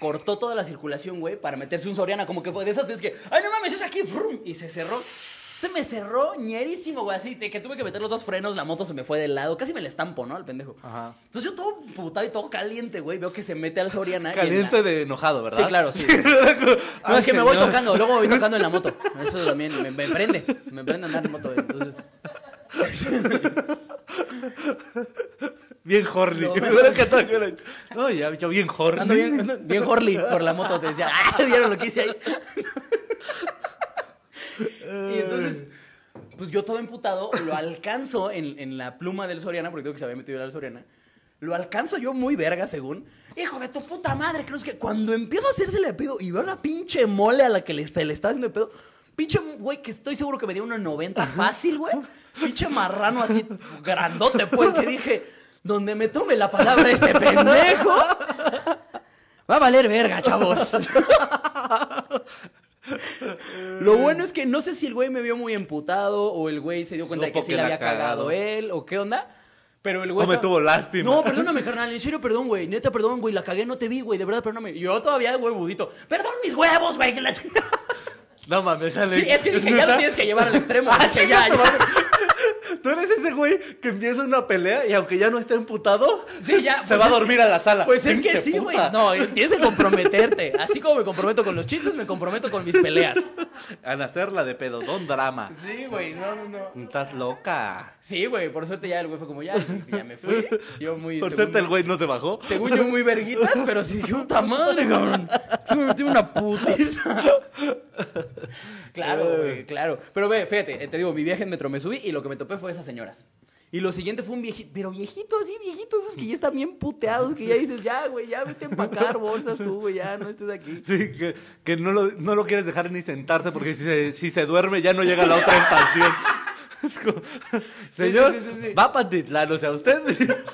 S1: cortó toda la circulación, güey, para meterse un Soriana, como que fue de esas veces que, ay, no mames, es aquí, frum, y se cerró. Se me cerró ñerísimo, güey, así, de que tuve que meter los dos frenos, la moto se me fue de lado, casi me la estampo, ¿no? Al pendejo.
S2: Ajá.
S1: Entonces yo todo putado y todo caliente, güey, veo que se mete al Soriana. y en la-
S2: Caliente de enojado, ¿verdad?
S1: Sí, claro, sí. sí. No,
S2: Ay,
S1: es que me voy
S2: señor.
S1: tocando, luego me voy tocando en la moto. Eso también me, me prende, me prende andar en moto, güey, entonces...
S2: Bien horny.
S1: No,
S2: que me
S1: no,
S2: hubiera encantado que hubiera- No, ya, yo bien horny.
S1: Ando bien, ando bien Horley por la moto, te decía, ¡ah! ¿Vieron lo que hice ahí? y entonces, Pues yo todo emputado, lo alcanzo en, en la pluma del Soriana, porque digo que se había metido el Soriana. Lo alcanzo yo muy verga, según. Hijo de tu puta madre, creo que cuando empiezo a hacérsele de pedo y veo una pinche mole a la que le está, le está haciendo de pedo, pinche güey que estoy seguro que me dio una 90 fácil, güey. Pinche marrano así grandote, pues, que dije, donde me tome la palabra este pendejo, va a valer verga, chavos. Lo bueno es que no sé si el güey me vio muy emputado o el güey se dio cuenta de que
S2: Supo
S1: sí
S2: que
S1: le
S2: la
S1: había cagado
S2: cagado.
S1: él o qué onda. Pero el
S2: No
S1: güey.
S2: me
S1: estaba-
S2: tuvo lástima.
S1: No, perdóname, carnal. En serio, perdón, güey. Neta, perdón, güey. La cagué, no te vi, güey. De verdad, perdóname. Y Yo todavía, güey, budito. Perdón mis huevos, güey. que la chingada".
S2: No mames, sale.
S1: Sí, es que dije, ya lo tienes que llevar al extremo.
S2: Ah,
S1: dije, ya, ya.
S2: Tú eres ese güey que empieza una pelea y aunque ya no está emputado,
S1: Sí, ya,
S2: se
S1: pues
S2: va a
S1: es-
S2: dormir a la sala.
S1: Pues es que
S2: Pinche
S1: sí, güey.
S2: puta.
S1: No, eh, tienes que comprometerte. Así como me comprometo con los chistes, me comprometo con mis peleas.
S2: Al hacerla de pedo, don drama.
S1: Sí, güey. No, no, no.
S2: Estás loca.
S1: Sí, güey. Por suerte ya el güey fue como, ya, ya me fui. Yo muy...
S2: Por
S1: según-
S2: suerte el güey no se bajó.
S1: Según yo, muy verguitas, pero sí, dije, puta madre, cabrón. Esto me metió una putiza.
S2: Eh.
S1: Claro, güey, claro. Pero ve, fíjate, eh, te digo, mi viaje en metro me subí y lo que me topé fue esas señoras. Y lo siguiente fue un viejito, pero viejito, sí, viejito, esos que ya están bien puteados, que ya dices, ya, güey, ya vete a empacar bolsas tú, güey, ya no estés aquí.
S2: Sí, que, que no, lo, no lo quieres dejar ni sentarse porque si se, si se duerme ya no llega a la otra estación. Es como, Señor,
S1: sí, sí, sí.
S2: va para Titlán, o sea, usted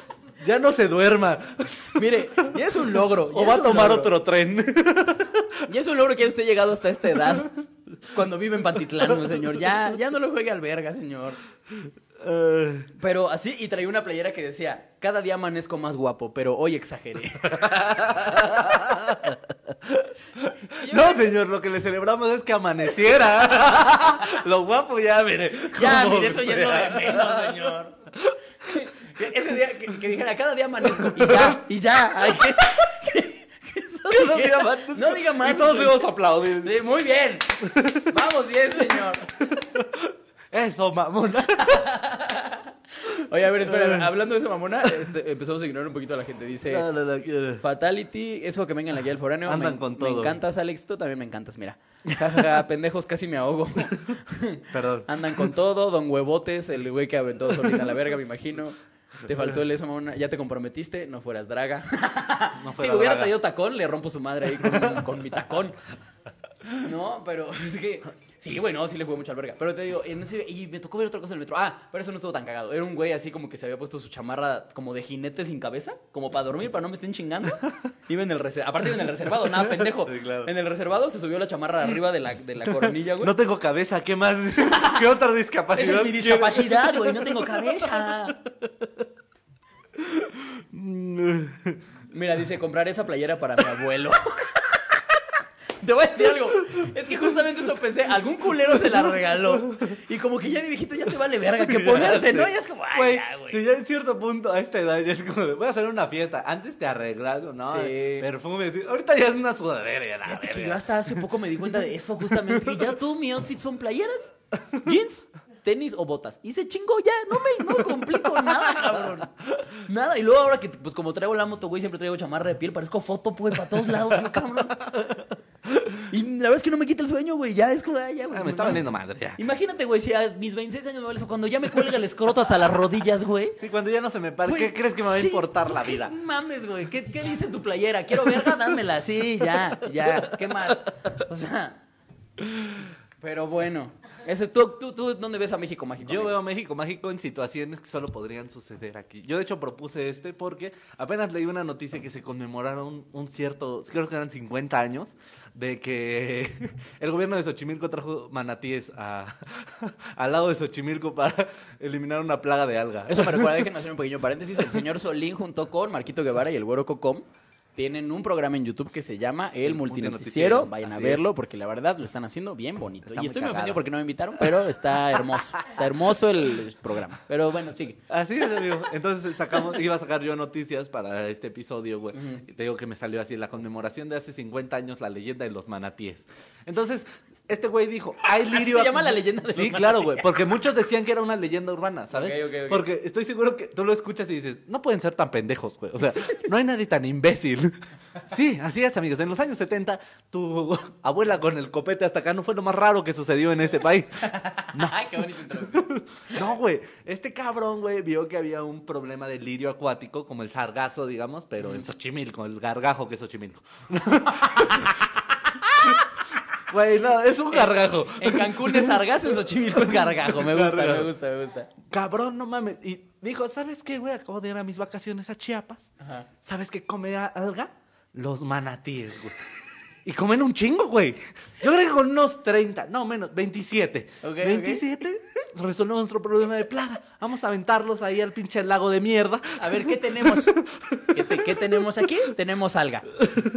S2: ya no se duerma
S1: Mire, ya es un logro. ya
S2: o va
S1: es un
S2: a tomar
S1: logro.
S2: otro tren.
S1: Ya es un logro que usted llegado hasta esta edad. Cuando vive en Pantitlán, señor. Ya, ya no lo juegue al verga, señor.
S2: Eh,
S1: Pero así, y traía una playera que decía, cada día amanezco más guapo, pero hoy exageré. Y yo
S2: no,
S1: dije,
S2: señor, lo que le celebramos es que amaneciera. Lo guapo ya, mire.
S1: Ya,
S2: cómo
S1: mire, eso ya es lo de menos, señor. Ese día que, que dijera, cada día amanezco, y ya, y ya. Ay, que- que- que eso
S2: Cada
S1: dijera.
S2: día amanezco.
S1: No diga más.
S2: Y todos le
S1: güey.
S2: íbamos a aplaudir.
S1: Sí, Muy bien. Vamos bien, señor.
S2: Eso, mamona.
S1: Oye, a ver, espera, hablando de eso, mamona, este, empezamos a ignorar un poquito a la gente. Dice,
S2: No, no, no, quiero.
S1: Fatality, eso que venga en la guía del foráneo.
S2: Andan
S1: me,
S2: con
S1: me
S2: todo.
S1: encantas, Alex. Tú también me encantas, mira. Ja, ja, ja, pendejos, casi me ahogo.
S2: Perdón.
S1: Andan con todo, Don Huevotes, el güey que aventó solita a la verga, me imagino. Te faltó el eso, mamona. Ya te comprometiste, no fueras draga.
S2: No
S1: si
S2: fuera
S1: me hubiera
S2: draga.
S1: traído tacón, le rompo su madre ahí con, con mi tacón. No, pero es que. Sí, güey, no, sí le jugué mucho al verga. Pero te digo, en ese- y me tocó ver otra cosa en el metro. Ah, pero eso no estuvo tan cagado. Era un güey así como que se había puesto su chamarra como de jinete sin cabeza, como para dormir, para no me estén chingando. Iba en el reservado. Aparte, iba en el reservado, nada, pendejo.
S2: Sí, claro.
S1: En el reservado se subió la chamarra arriba de la, de la coronilla, güey.
S2: No tengo cabeza, ¿qué más? ¿Qué otra discapacidad?
S1: Esa es mi
S2: quieres?
S1: discapacidad, güey, no tengo cabeza.
S2: Mm.
S1: Mira, dice, comprar esa playera para mi abuelo. Te voy a decir algo. Es que justamente eso pensé. Algún culero se la regaló. Y como que ya de viejito ya te vale verga que ponerte, ¿no? Ya es como, ay,
S2: Güey,
S1: ya, güey.
S2: Si ya en cierto punto a esta edad ya es como de, voy a hacer una fiesta. Antes te arreglas, ¿no?
S1: Sí.
S2: Perfumes. Ahorita ya es una sudadera. ya la
S1: Fíjate que
S2: verga.
S1: yo hasta hace poco me di cuenta de eso justamente. Y ya todo mi outfit son playeras, jeans, tenis o botas. Y se chingó ya, no me no cumplí con nada, cabrón. Nada. Y luego ahora que, pues como traigo la moto, güey, siempre traigo chamarra de piel, parezco foto, pues, para todos lados, yo, cabrón. Y la verdad es que no me quita el sueño, güey. Ya es como, ah, ya, güey.
S2: Ah, me está
S1: no.
S2: valiendo madre ya.
S1: Imagínate, güey, si a mis 26 años me vale eso, cuando ya me cuelga el escroto hasta las rodillas, güey.
S2: Sí, cuando ya no se me pare,
S1: Güey,
S2: ¿qué crees que me va a
S1: sí,
S2: importar
S1: ¿tú
S2: la
S1: qué
S2: vida?
S1: Mames, güey. ¿Qué, qué dice tu playera? Quiero verga, dámela. Sí, ya, ya. ¿Qué más? O sea. Pero bueno. Eso, ¿tú, tú, tú dónde ves a México Mágico?
S2: Yo
S1: amigo?
S2: veo México Mágico en situaciones que solo podrían suceder aquí. Yo de hecho propuse este porque apenas leí una noticia que se conmemoraron un cierto, creo que eran 50 años, de que el gobierno de Xochimilco trajo manatíes a- al lado de Xochimilco para eliminar una plaga de alga.
S1: Eso me recuerda, déjenme hacer un pequeño paréntesis. El señor Solín junto con Marquito Guevara y el Güero Cocom tienen un programa en YouTube que se llama El
S2: El
S1: Multinoticiero.
S2: Multinoticiero,
S1: Vayan a
S2: así
S1: verlo porque la verdad lo están haciendo bien bonito.
S2: Está
S1: y
S2: muy
S1: estoy muy
S2: cagado.
S1: ofendido porque no me invitaron, pero está hermoso. Está hermoso el programa. Pero bueno, sigue.
S2: Así es, amigo. Entonces sacamos, iba a sacar yo noticias para este episodio, güey.
S1: Ujú.
S2: Y te digo que me salió así, la conmemoración de hace 50 años, la leyenda de los manatíes. Entonces, este güey dijo, ay, Lirio.
S1: se llama la leyenda de los
S2: Sí, claro, güey. Porque muchos decían que era una leyenda urbana, ¿sabes?
S1: Ok, ok, ok.
S2: Porque estoy seguro que tú lo escuchas y dices, no pueden ser tan pendejos, güey. O sea, no hay nadie tan imbécil Sí, así es, amigos. En los años 70, tu abuela con el copete hasta acá no fue lo más raro que sucedió en este país.
S1: Ay, qué bonita introducción.
S2: No, güey. Este cabrón, güey, vio que había un problema de lirio acuático, como el sargazo, digamos, pero en Xochimilco, el gargajo que es Xochimilco. Güey, no, es un gargajo.
S1: En Cancún es sargazo, en Xochimilco es gargajo. Me gusta,
S2: Gargajo.
S1: me gusta, me gusta.
S2: Cabrón, no mames. Y dijo, ¿sabes qué, güey? Acabo de ir a mis vacaciones a Chiapas.
S1: Ajá.
S2: ¿Sabes qué come a- alga? Los manatíes, güey. Y comen un chingo, güey. Yo creo que con unos 30, no menos, 27.
S1: Ok, ok.
S2: 27 resolvemos nuestro problema de plaga. Vamos a aventarlos ahí al pinche lago de mierda.
S1: A ver, ¿qué tenemos? ¿Qué, te- qué tenemos aquí? Tenemos alga.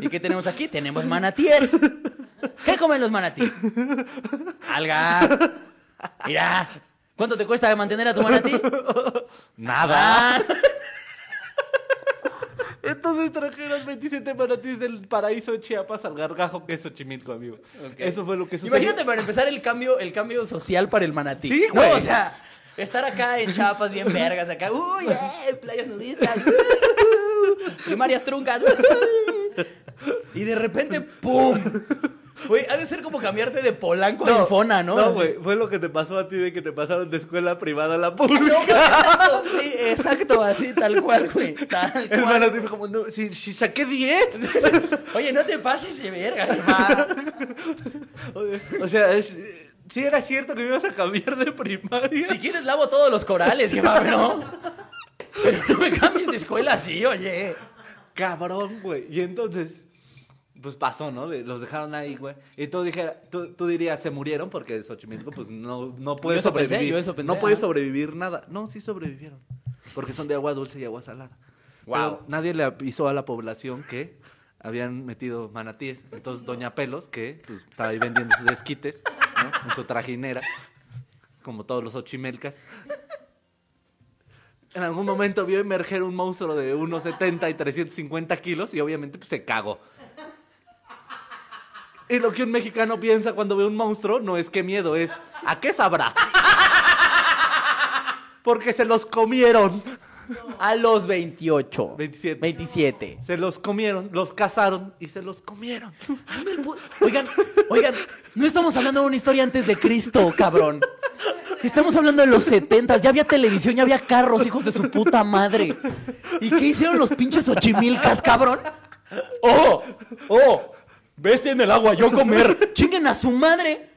S1: ¿Y qué tenemos aquí? Tenemos manatíes. ¿Qué comen los manatíes? Alga. Mira. ¿Cuánto te cuesta mantener a tu manatí?
S2: Nada.
S1: Ah,
S2: Entonces trajeron 27 manatíes del paraíso de Chiapas al gargajo que es Xochimilco, amigo. Eso fue lo que sucedió.
S1: Imagínate para empezar el cambio, el cambio social para el manatí.
S2: Sí,
S1: No,
S2: güey.
S1: o sea, estar acá en Chiapas bien vergas, acá, uy, eh, playas nudistas, uh, primarias truncas. y de repente, ¡pum! Güey, ha de ser como cambiarte de Polanco a Infona, ¿no?
S2: No, güey. Fue lo que te pasó a ti de que te pasaron de escuela privada a la pública.
S1: No, exacto, sí, exacto, así, tal cual, güey, tal
S2: El
S1: cual.
S2: manatí fue como, no, si, si saqué 10.
S1: Oye, no te pases de verga, jefa.
S2: O- O sea, es- sí era cierto que me ibas a cambiar de primaria.
S1: Si quieres lavo todos los corales, jefa, pero... Pero no me cambies de escuela así, oye.
S2: Cabrón, güey. Y entonces, pues pasó, ¿no? De- Los dejaron ahí, güey. Y tú, dijera, tú, tú dirías, se murieron porque Xochimilco, pues no, no puede
S1: Yo eso pensé,
S2: sobrevivir.
S1: yo eso pensé,
S2: no puede
S1: ajá.
S2: sobrevivir nada. No, sí sobrevivieron. Porque son de agua dulce y agua salada.
S1: Guau.
S2: Pero nadie le avisó a la población que habían metido manatíes. Entonces, Doña Pelos, que pues, estaba ahí vendiendo sus esquites, ¿no? En su trajinera, como todos los ochimelcas. En algún momento vio emerger un monstruo de 1,70 y 350 kilos y obviamente pues, se cagó. Y lo que un mexicano piensa cuando ve un monstruo no es qué miedo, es ¿a qué sabrá? Porque se los comieron.
S1: A los 28.
S2: 27.
S1: 27.
S2: Se los comieron, los cazaron y se los comieron.
S1: Hazme el pu- Oigan, oigan, no estamos hablando de una historia antes de Cristo, cabrón. Estamos hablando de los 70. Ya había televisión, ya había carros, hijos de su puta madre. ¿Y qué hicieron los pinches ochimilcas, cabrón? ¡Oh! ¡Oh! Bestia en el agua, yo comer. ¡Chinguen a su madre!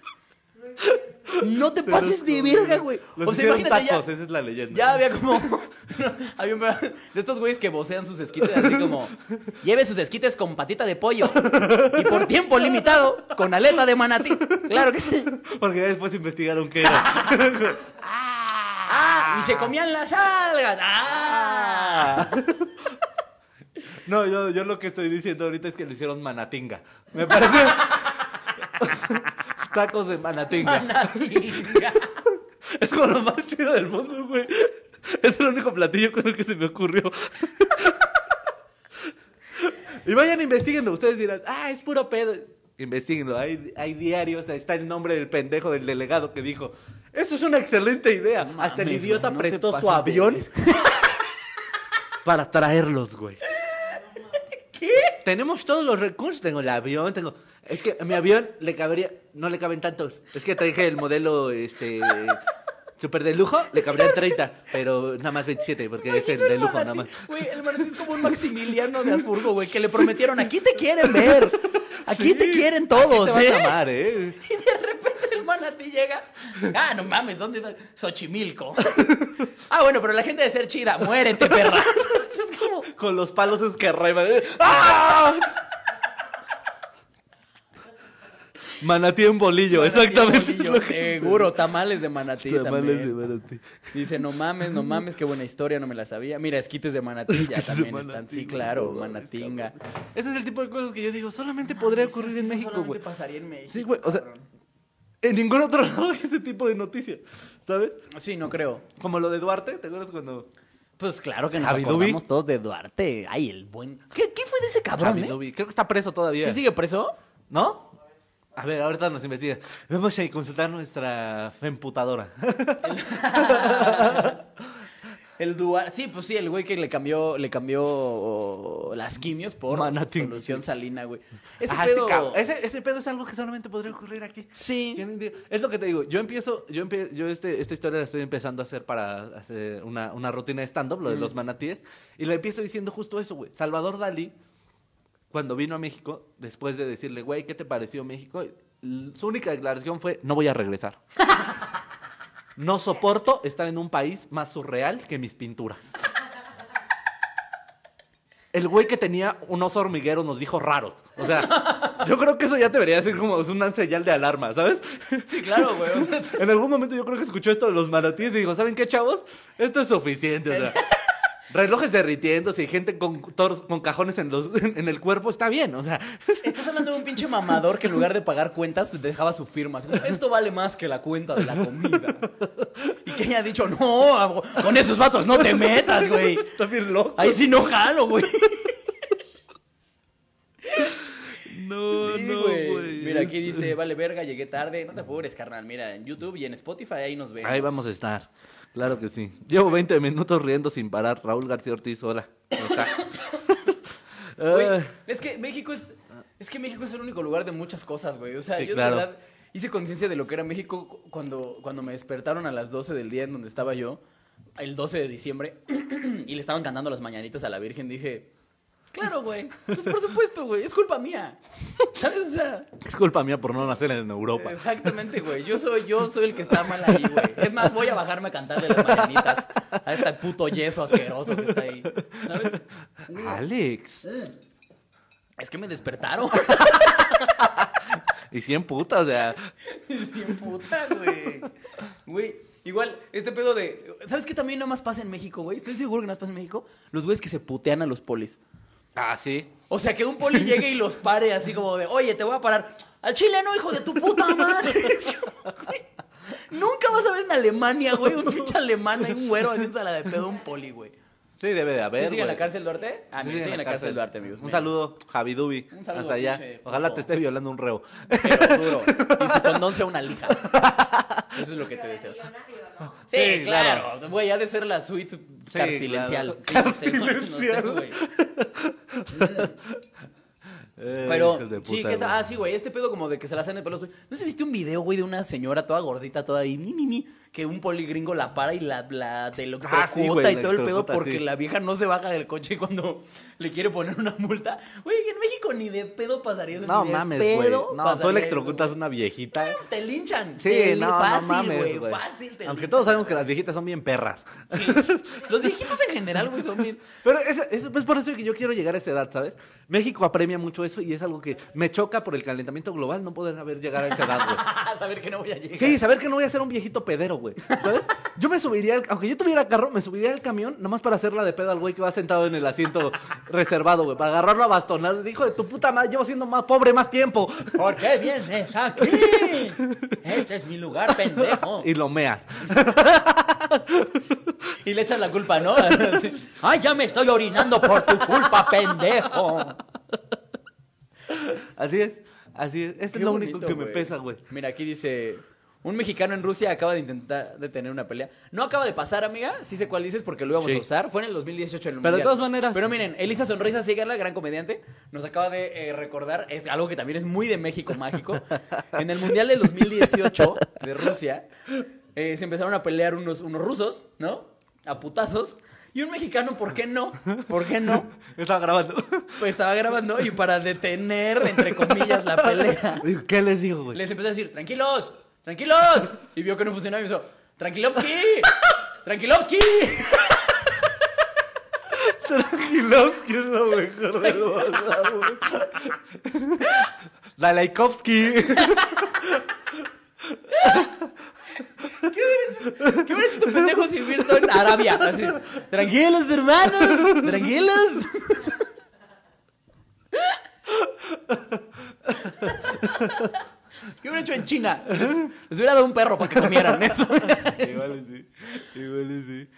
S1: No te pases de verga, güey.
S2: Los
S1: O sea,
S2: hicieron
S1: imagínate ya-
S2: tacos, esa es la leyenda.
S1: Ya había como. no, había un- de estos güeyes que vocean sus esquites así como. Lleve sus esquites con patita de pollo. Y por tiempo limitado, con aleta de manatí. Claro que sí.
S2: Porque ya después investigaron qué era.
S1: ¡Ah! Y se comían las algas. ¡Ah!
S2: No, yo, yo lo que estoy diciendo ahorita es que lo hicieron manatinga. Me parece. Tacos de manatinga.
S1: Manatinga.
S2: Es como lo más chido del mundo, güey. Es el único platillo con el que se me ocurrió. Y vayan investiguenlo. Ustedes dirán, ah, es puro pedo. Investíguenlo. Hay, hay diarios. ahí Está el nombre del pendejo, del delegado que dijo, eso es una excelente idea. Hasta el
S1: mames,
S2: idiota
S1: güey, no te
S2: prestó su
S1: pases de
S2: avión para traerlos, güey. ¿Qué? Tenemos todos los recursos. Tengo el avión, tengo... Es que a mi avión le cabería... No le caben tantos. Es que traje el modelo, este... Super de lujo, le cabrían 30, pero nada más 27, porque es el de lujo, nada más.
S1: Güey, el manatí es como un Maximiliano de Habsburgo, güey, que le prometieron: aquí te quieren ver. Aquí te quieren todos,
S2: Te vas a
S1: ¿eh?
S2: amar, ¿eh?
S1: Y de repente el manatí llega. Ah, no mames, ¿dónde está? Xochimilco. Ah, bueno, pero la gente de ser chida, muérete, perra. Es como.
S2: Con los palos es que arraiban. ¿eh? ¡Ah! Manatí en bolillo, exactamente. es
S1: Bolillo,
S2: lo que
S1: Seguro, tamales de manatí
S2: sucede. Tamales
S1: también.
S2: de manatí.
S1: Dice, no mames, no mames, qué buena historia, no me la sabía. Mira, esquites de manatí ya
S2: Esquites de
S1: también están.
S2: manatí,
S1: Sí, claro,
S2: no mames,
S1: manatinga.
S2: Ese es el tipo de cosas que yo digo, solamente podría
S1: Ah,
S2: ocurrir en México, güey.
S1: pasaría en México.
S2: Sí, güey, o sea, en ningún otro lado hay ese tipo de noticias, ¿sabes?
S1: Sí, no creo.
S2: Como lo de Duarte, ¿te acuerdas cuando
S1: Pues claro que nos
S2: Javi Dubi.
S1: acordamos todos de Duarte. Ay, el buen... ¿Qué, qué fue de ese cabrón,
S2: Javi
S1: eh?
S2: Dubi, creo que está preso todavía.
S1: ¿Sí sigue preso?
S2: ¿No? A ver, ahorita nos investiga. Vamos a consultar nuestra emputadora.
S1: El dual. Sí, pues sí, el güey que le cambió, le cambió oh, las quimios por
S2: Manatín.
S1: solución salina, güey. Ese
S2: Ah, sí,
S1: pedo.
S2: cabrón. ese, ese pedo es algo que solamente podría ocurrir aquí.
S1: Sí.
S2: ¿Quién diría? Es lo que te digo. Yo empiezo, yo empie- yo este, esta historia la estoy empezando a hacer para hacer una, una rutina de stand-up, lo de los manatíes. Y le empiezo diciendo justo eso, güey. Salvador Dalí, cuando vino a México, después de decirle, güey, ¿qué te pareció México? L- Su única declaración fue, no voy a regresar. No soporto estar en un país más surreal que mis pinturas. El güey que tenía un oso hormiguero nos dijo raros. O sea, yo creo que eso ya debería ser como una señal de alarma, ¿sabes?
S1: Sí, claro, güey. o sea,
S2: En algún momento yo creo que escuchó esto de los manatíes y dijo, ¿saben qué, chavos? Esto es suficiente. o sea, relojes derritiéndose y gente con, tor- con cajones en, los, en el cuerpo está bien. O sea,
S1: estás hablando de un pinche mamador que en lugar de pagar cuentas dejaba su firma. Así como, Esto vale más que la cuenta de la comida. Y que haya dicho, no, abo- con esos vatos no te metas, güey.
S2: está bien loco.
S1: Ahí sí no jalo, güey.
S2: no,
S1: Sí, güey. Mira, aquí dice, vale verga, llegué tarde. No te apures, carnal. Mira, en YouTube y en Spotify ahí nos vemos.
S2: Ahí vamos a estar. Claro que sí. Llevo 20 minutos riendo sin parar. Raúl García Ortiz, hola. ¿Cómo estás? Ah,
S1: Güey,
S2: Ay.
S1: es que México es. Es que México es el único lugar de muchas cosas, güey. O sea,
S2: Sí,
S1: yo
S2: claro.
S1: de verdad hice conciencia de lo que era México cu- cuando, cuando me despertaron a las 12 del día en donde estaba yo, el 12 de diciembre, y le estaban cantando las mañanitas a la Virgen. Dije, claro, güey. Pues por supuesto, güey. Es culpa mía. ¿Sabes? O sea.
S2: Es culpa mía por no nacer en Europa.
S1: Exactamente, güey. Yo soy, yo soy el que está mal ahí, güey. Es más, voy a bajarme a cantarle las mañanitas a este puto yeso asqueroso que está ahí. ¿Sabes?
S2: Alex.
S1: Es que me despertaron.
S2: Y 100 putas, o sea.
S1: Sin puta, güey. Güey, igual, este pedo de. ¿Sabes qué también nada más pasa en México, güey? Estoy seguro que nada más pasa en México. Los güeyes que se putean a los polis.
S2: Ah, sí.
S1: O sea, que un poli llegue y los pare así como de, oye, te voy a parar. Al chileno, hijo de tu puta madre. Yo, güey, Nunca vas a ver en Alemania, güey, un pinche alemán y un güero haciéndose la de pedo a un poli, güey.
S2: Sí, debe de haber.
S1: ¿Sí sigue en la
S2: güey.
S1: cárcel Duarte? A mí
S2: Sí,
S1: sí, sigue en la cárcel Duarte, amigos.
S2: Un
S1: mira.
S2: saludo, Javi Dubi.
S1: Un saludo, eh,
S2: Hasta allá.
S1: pinche puto.
S2: Ojalá te esté violando un reo.
S1: Pero duro. Y su condón sea una lija. Eso es lo que te
S3: Pero de
S1: deseo.
S3: millonario, ¿no?
S1: Sí,
S2: Sí, claro.
S1: claro. Güey, ha de ser la suite carcilencial.
S2: claro.
S1: Sí, no sé, no, no sé, güey.
S2: Eh,
S1: Pero,
S2: hijos de
S1: sí,
S2: puta,
S1: que está,
S2: güey.
S1: ah, sí, güey, este pedo como de que se la hacen de pelos, güey. ¿No se viste un video, güey, de una señora toda gordita, toda ahí, mi, mi, mi, que un poligringo la para y la, la te lo
S2: Ah, sí, güey,
S1: electrocuta y
S2: la
S1: todo el pedo
S2: electrocuta,
S1: porque
S2: sí.
S1: la vieja no se baja del coche cuando le quiere poner una multa? Güey, en México ni de pedo pasaría eso.
S2: No
S1: ni de
S2: mames, güey.
S1: pedo
S2: No,
S1: pasaría
S2: tú
S1: eso,
S2: electrocutas
S1: güey.
S2: una viejita.
S1: Te linchan.
S2: Sí,
S1: te-
S2: no,
S1: fácil,
S2: no mames,
S1: güey.
S2: güey.
S1: Fácil, te
S2: Aunque
S1: linchan.
S2: todos sabemos que las viejitas son bien perras.
S1: Sí. Los viejitos en general, güey, son bien.
S2: Pero es, es, es por eso que yo quiero llegar a esa edad, ¿sabes? México apremia mucho eso y es algo que me choca por el calentamiento global no poder haber llegado a esa edad, güey.
S1: saber que no voy a llegar.
S2: Sí, saber que no voy a ser un viejito pedero, güey. ¿Sabes? Yo me subiría, al- aunque yo tuviera carro, me subiría al camión nomás para hacerla de pedo al güey que va sentado en el asiento reservado, güey. Para agarrarlo a bastonazos. Hijo de tu puta madre, llevo siendo más pobre más tiempo.
S1: ¿Por qué vienes aquí? Este es mi lugar, pendejo.
S2: Y lo meas.
S1: Y le echas la culpa, ¿no? Así, Ay, ya me estoy orinando por tu culpa, pendejo.
S2: Así es, así es. Esto
S1: Qué
S2: es lo
S1: bonito,
S2: único que me
S1: güey.
S2: pesa, güey.
S1: Mira, aquí dice... Un mexicano en Rusia acaba de intentar detener una pelea. No acaba de pasar, amiga. Sí sé cuál dices porque lo íbamos
S2: Sí.
S1: a usar. Fue en el 2018 el
S2: Pero de
S1: Mundial.
S2: todas maneras-
S1: Pero miren, Elisa Sonrisa Síguela, gran comediante, nos acaba de eh, recordar es algo que también es muy de México mágico. En el Mundial del 2018 de Rusia, eh, se empezaron a pelear unos, unos rusos, ¿no? A putazos. Y un mexicano, ¿por qué no? ¿Por qué no?
S2: Estaba grabando.
S1: Pues estaba grabando y para detener, entre comillas, la pelea,
S2: Digo, ¿Qué les digo, güey?
S1: les empezó a decir, tranquilos, tranquilos. Y vio que no funcionaba y empezó, tranquilovsky, tranquilovsky.
S2: Tranquilovsky es lo mejor del mundo, güey. Dalaikovsky.
S1: ¿Qué hubiera hecho este pendejo si hubiera estado en Arabia? Así, tranquilos, hermanos, tranquilos. ¿Qué hubiera hecho en China? Les hubiera dado un perro para que comieran eso.
S2: Igual y sí, igual y sí.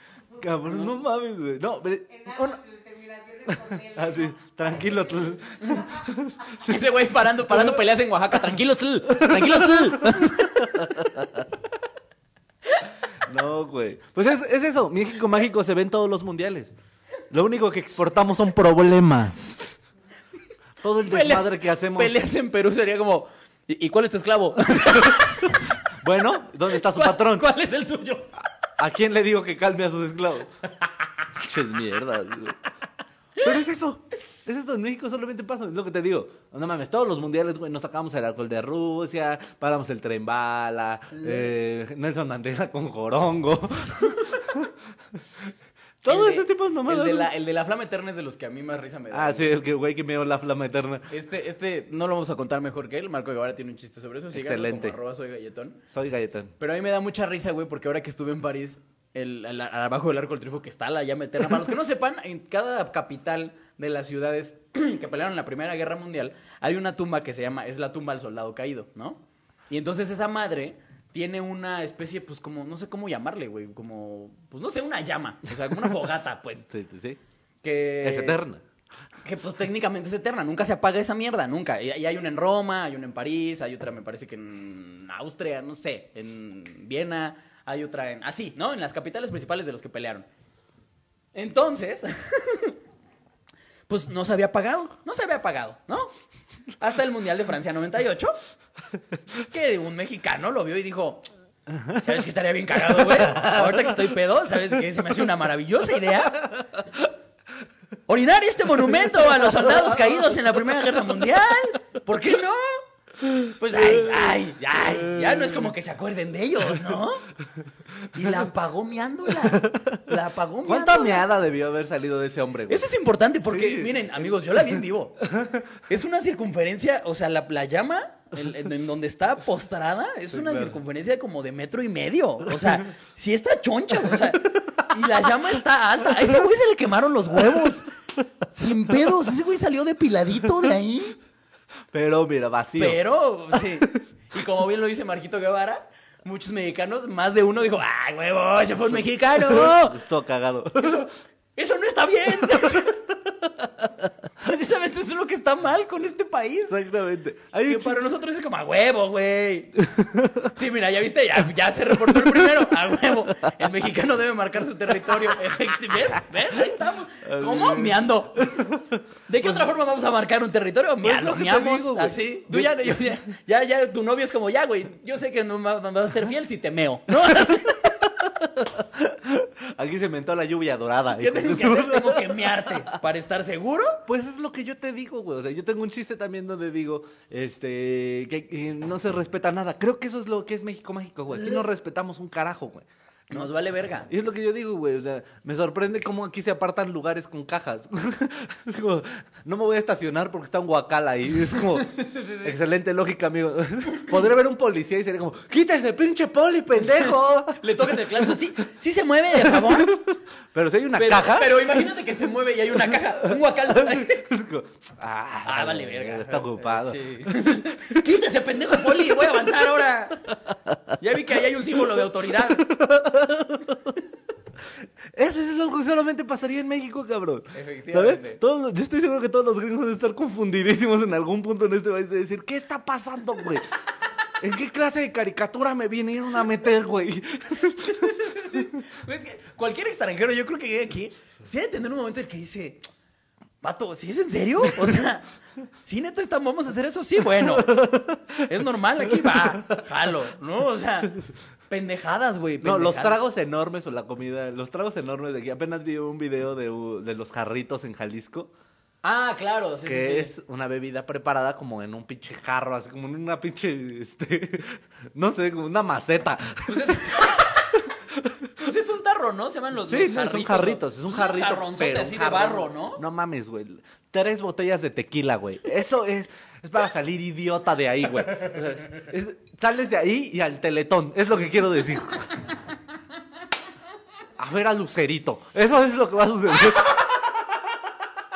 S2: Cabrón, no mames, güey. No, pero...
S3: En nada, terminaciones con él.
S2: Así, tranquilo. tl-
S1: Ese güey parando, parando peleas en Oaxaca. Tranquilos, tl, tranquilos, tl.
S2: No, güey. Pues es, es eso, México Mágico se ve en todos los mundiales. Lo único que exportamos son problemas. Todo el desmadre que hacemos.
S1: Peleas en Perú sería como. ¿Y, y cuál es tu esclavo?
S2: Bueno, ¿dónde está su
S1: ¿Cuál-
S2: patrón?
S1: ¿Cuál es el tuyo?
S2: ¿A quién le digo que calme a sus esclavos? Pinches mierdas, güey. Pero es eso. Es eso. En México solamente pasa. Es lo que te digo. No mames, todos los mundiales, güey. Nos sacamos el alcohol de Rusia. Paramos el tren bala. eh, Nelson Mandela con Jorongo. Todo
S1: El de-
S2: ese tipo de mamadas.
S1: El de,
S2: güey.
S1: la, el de la flama eterna es de los que a mí más risa me da.
S2: Ah, sí, el que, güey que me dio la flama eterna.
S1: Este, este no lo vamos a contar mejor que él. Marco Guevara tiene un chiste sobre eso. Síganlo
S2: Excelente.
S1: como arroba soy galletón.
S2: Soy galletón.
S1: Pero a mí me da mucha risa, güey, porque ahora que estuve en París, el, al- al- abajo del arco del triunfo que está la llama eterna. Para los que no sepan, en cada capital de las ciudades que pelearon en la Primera Guerra Mundial, hay una tumba que se llama, es la tumba del soldado caído, ¿no? Y entonces esa madre tiene una especie, pues como, no sé cómo llamarle, güey, como, pues no sé, una llama, o sea, como una fogata, pues.
S2: Sí, sí, sí.
S1: Que...
S2: Es eterna.
S1: Que pues técnicamente es eterna, nunca se apaga esa mierda, nunca. Y, y hay una en Roma, hay una en París, hay otra me parece que en Austria, no sé, en Viena, hay otra en... Así, ¿no? En las capitales principales de los que pelearon. Entonces, pues no se había apagado, no se había apagado, ¿no? Hasta el Mundial de Francia 98, que un mexicano lo vio y dijo... ¿Sabes que estaría bien cagado, güey? Ahorita que estoy pedo, ¿sabes que Se me hace una maravillosa idea orinar este monumento a los soldados caídos en la Primera Guerra Mundial. ¿Por qué no? Pues ay, ay, ay, ya no es como que se acuerden de ellos, ¿no? Y la apagó miándola. La apagó
S2: ¿Cuánta
S1: miándola.
S2: meada debió haber salido de ese hombre, güey?
S1: Eso es importante porque,
S2: Sí.
S1: miren, amigos, yo la vi en vivo. Es una circunferencia, o sea, la, la llama el- en, en donde está postrada es una
S2: claro.
S1: circunferencia como de metro y medio. O sea, sí está choncha, o sea, y la llama está alta. A ese güey se le quemaron los huevos. Sin pedos, ese güey salió depiladito de ahí.
S2: Pero mira, vacío.
S1: Pero, sí. Y como bien lo dice Marquito Guevara, muchos mexicanos, más de uno dijo, ¡ah, huevo! ¡Se fue un mexicano!
S2: Es todo cagado.
S1: Eso, eso no está bien. Precisamente eso es lo que está mal con este país.
S2: Exactamente. Hay un
S1: Que para nosotros es como a huevo, güey. Sí, mira, ya viste, ya, ya se reportó el primero. A huevo. El mexicano debe marcar su territorio. Efecti- ¿Ves? ¿Ves? Ahí estamos. ¿Cómo? Meando. ¿De qué otra forma vamos a marcar un territorio? Meando,
S2: Pues lo que te
S1: meamos,
S2: digo, güey.
S1: así. Tú ya, yo- ya, ya, ya, tu novio es como, ya, güey, yo sé que no me me vas a ser fiel si te meo. ¿No?
S2: Aquí se inventó la lluvia dorada.
S1: ¿Qué tengo que hacer? Tengo que mearte para estar seguro.
S2: Pues es lo que yo te digo, güey. O sea, yo tengo un chiste también donde digo, este, que eh, no se respeta nada. Creo que eso es lo que es México Mágico, güey. Aquí no respetamos un carajo, güey.
S1: Nos vale verga.
S2: Y es lo que yo digo, güey. O sea, me sorprende cómo aquí se apartan lugares con cajas. es como, no me voy a estacionar porque está un guacal ahí. Es como, excelente lógica, amigo. Podría ver un policía y sería como, quítese, pinche poli, pendejo.
S1: Le tocas el claxon. Sí, sí se mueve de favor.
S2: Pero si hay una
S1: Pero,
S2: caja.
S1: pero imagínate que se mueve y hay una caja. Un guacal.
S2: Es como, ah,
S1: Ah, vale, verga.
S2: Está ocupado.
S1: Sí. Quítese, pendejo poli. Voy a avanzar ahora. Ya vi que ahí hay un símbolo de autoridad.
S2: Eso es lo que solamente pasaría en México, cabrón.
S1: Efectivamente.
S2: ¿Sabes? Todos los- yo estoy seguro que todos los gringos van a estar confundidísimos en algún punto en este país de decir, ¿qué está pasando, güey? ¿En qué clase de caricatura me vinieron a meter, güey?
S1: Es que cualquier extranjero, yo creo que llega aquí, se ha de tener un momento en el que dice. Vato, ¿sí es en serio? O sea, ¿sí neta estamos, vamos a hacer eso? Sí, bueno. Es normal, aquí va. Jalo, ¿no? O sea, pendejadas, güey.
S2: No, los
S1: pendejadas.
S2: tragos enormes o la comida, los tragos enormes de aquí. Apenas vi un video de, u- de los jarritos en Jalisco,
S1: Ah, claro, sí,
S2: que
S1: sí, sí.
S2: es una bebida preparada como en un pinche jarro, así como en una pinche, este, no sé, como una maceta.
S1: Pues es... Pues es un tarro, ¿no? Se llaman los,
S2: Sí,
S1: los
S2: no, son
S1: ¿no?
S2: jarritos, es un jarrito.
S1: jarronzote
S2: pero
S1: así
S2: un
S1: de
S2: jarrón.
S1: barro, ¿no?
S2: No mames, güey. Tres botellas de tequila, güey. Eso es, es para salir idiota de ahí, güey. O sea, es- sales de ahí y al teletón, es lo que quiero decir. A ver a Lucerito. Eso es lo que va a suceder.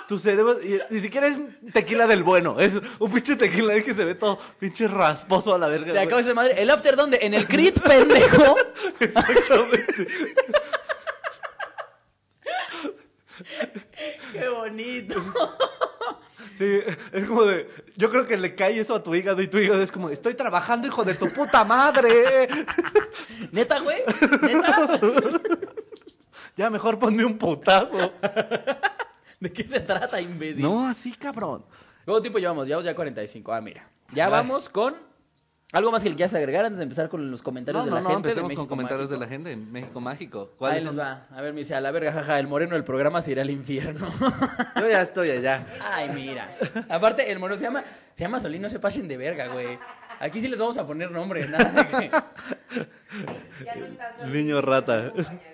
S2: Tu cerebro, y- ni siquiera es tequila del bueno, es un pinche tequila que se ve todo pinche rasposo a la verga.
S1: Te
S2: güey.
S1: acabo de madre. ¿El after dónde? En el crit, pendejo. Qué bonito.
S2: Sí, es como de. Yo creo que le cae eso a tu hígado y tu hígado es como: Estoy trabajando, hijo de tu puta madre.
S1: ¿Neta, güey? ¿Neta?
S2: Ya mejor ponme un putazo.
S1: ¿De qué se trata, imbécil?
S2: No, así, cabrón.
S1: ¿Cuánto tiempo llevamos? Llevamos ya 45. Ah, mira. Ya
S2: Ay.
S1: vamos con. ¿Algo más que le quieras agregar antes de empezar con los comentarios
S2: No,
S1: de
S2: no,
S1: la
S2: no,
S1: gente? de
S2: empecemos con
S1: México
S2: comentarios
S1: Mágico?
S2: de la gente en México Mágico.
S1: Ahí
S2: ¿Cuáles
S1: les
S2: son?
S1: va. A ver, me dice, a la verga, jaja, el moreno del programa se irá al infierno.
S2: Yo ya estoy allá.
S1: Ay, mira. Aparte, el moreno se llama, se llama Solín, no se pasen de verga, güey. Aquí sí les vamos a poner nombre, nada de que-
S3: Ya no está solo.
S2: Niño rata.
S1: Ay,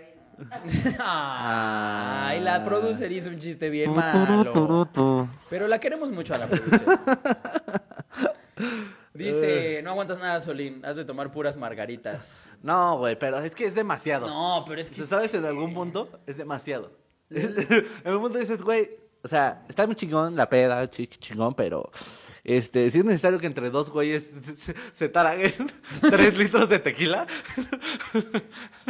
S2: Ah.
S1: la producer hizo un chiste bien malo. Pero la queremos mucho a la producer. Dice, no aguantas nada, Solín, has de tomar puras margaritas.
S2: No, güey, pero es que es demasiado.
S1: No, pero es que...
S2: O sea, ¿Sabes?
S1: sí.
S2: En algún punto es demasiado. en algún punto dices, güey, o sea, está muy chingón la peda, chi- chingón, pero este, si es necesario que entre dos güeyes se- se, se taraguen tres litros de tequila,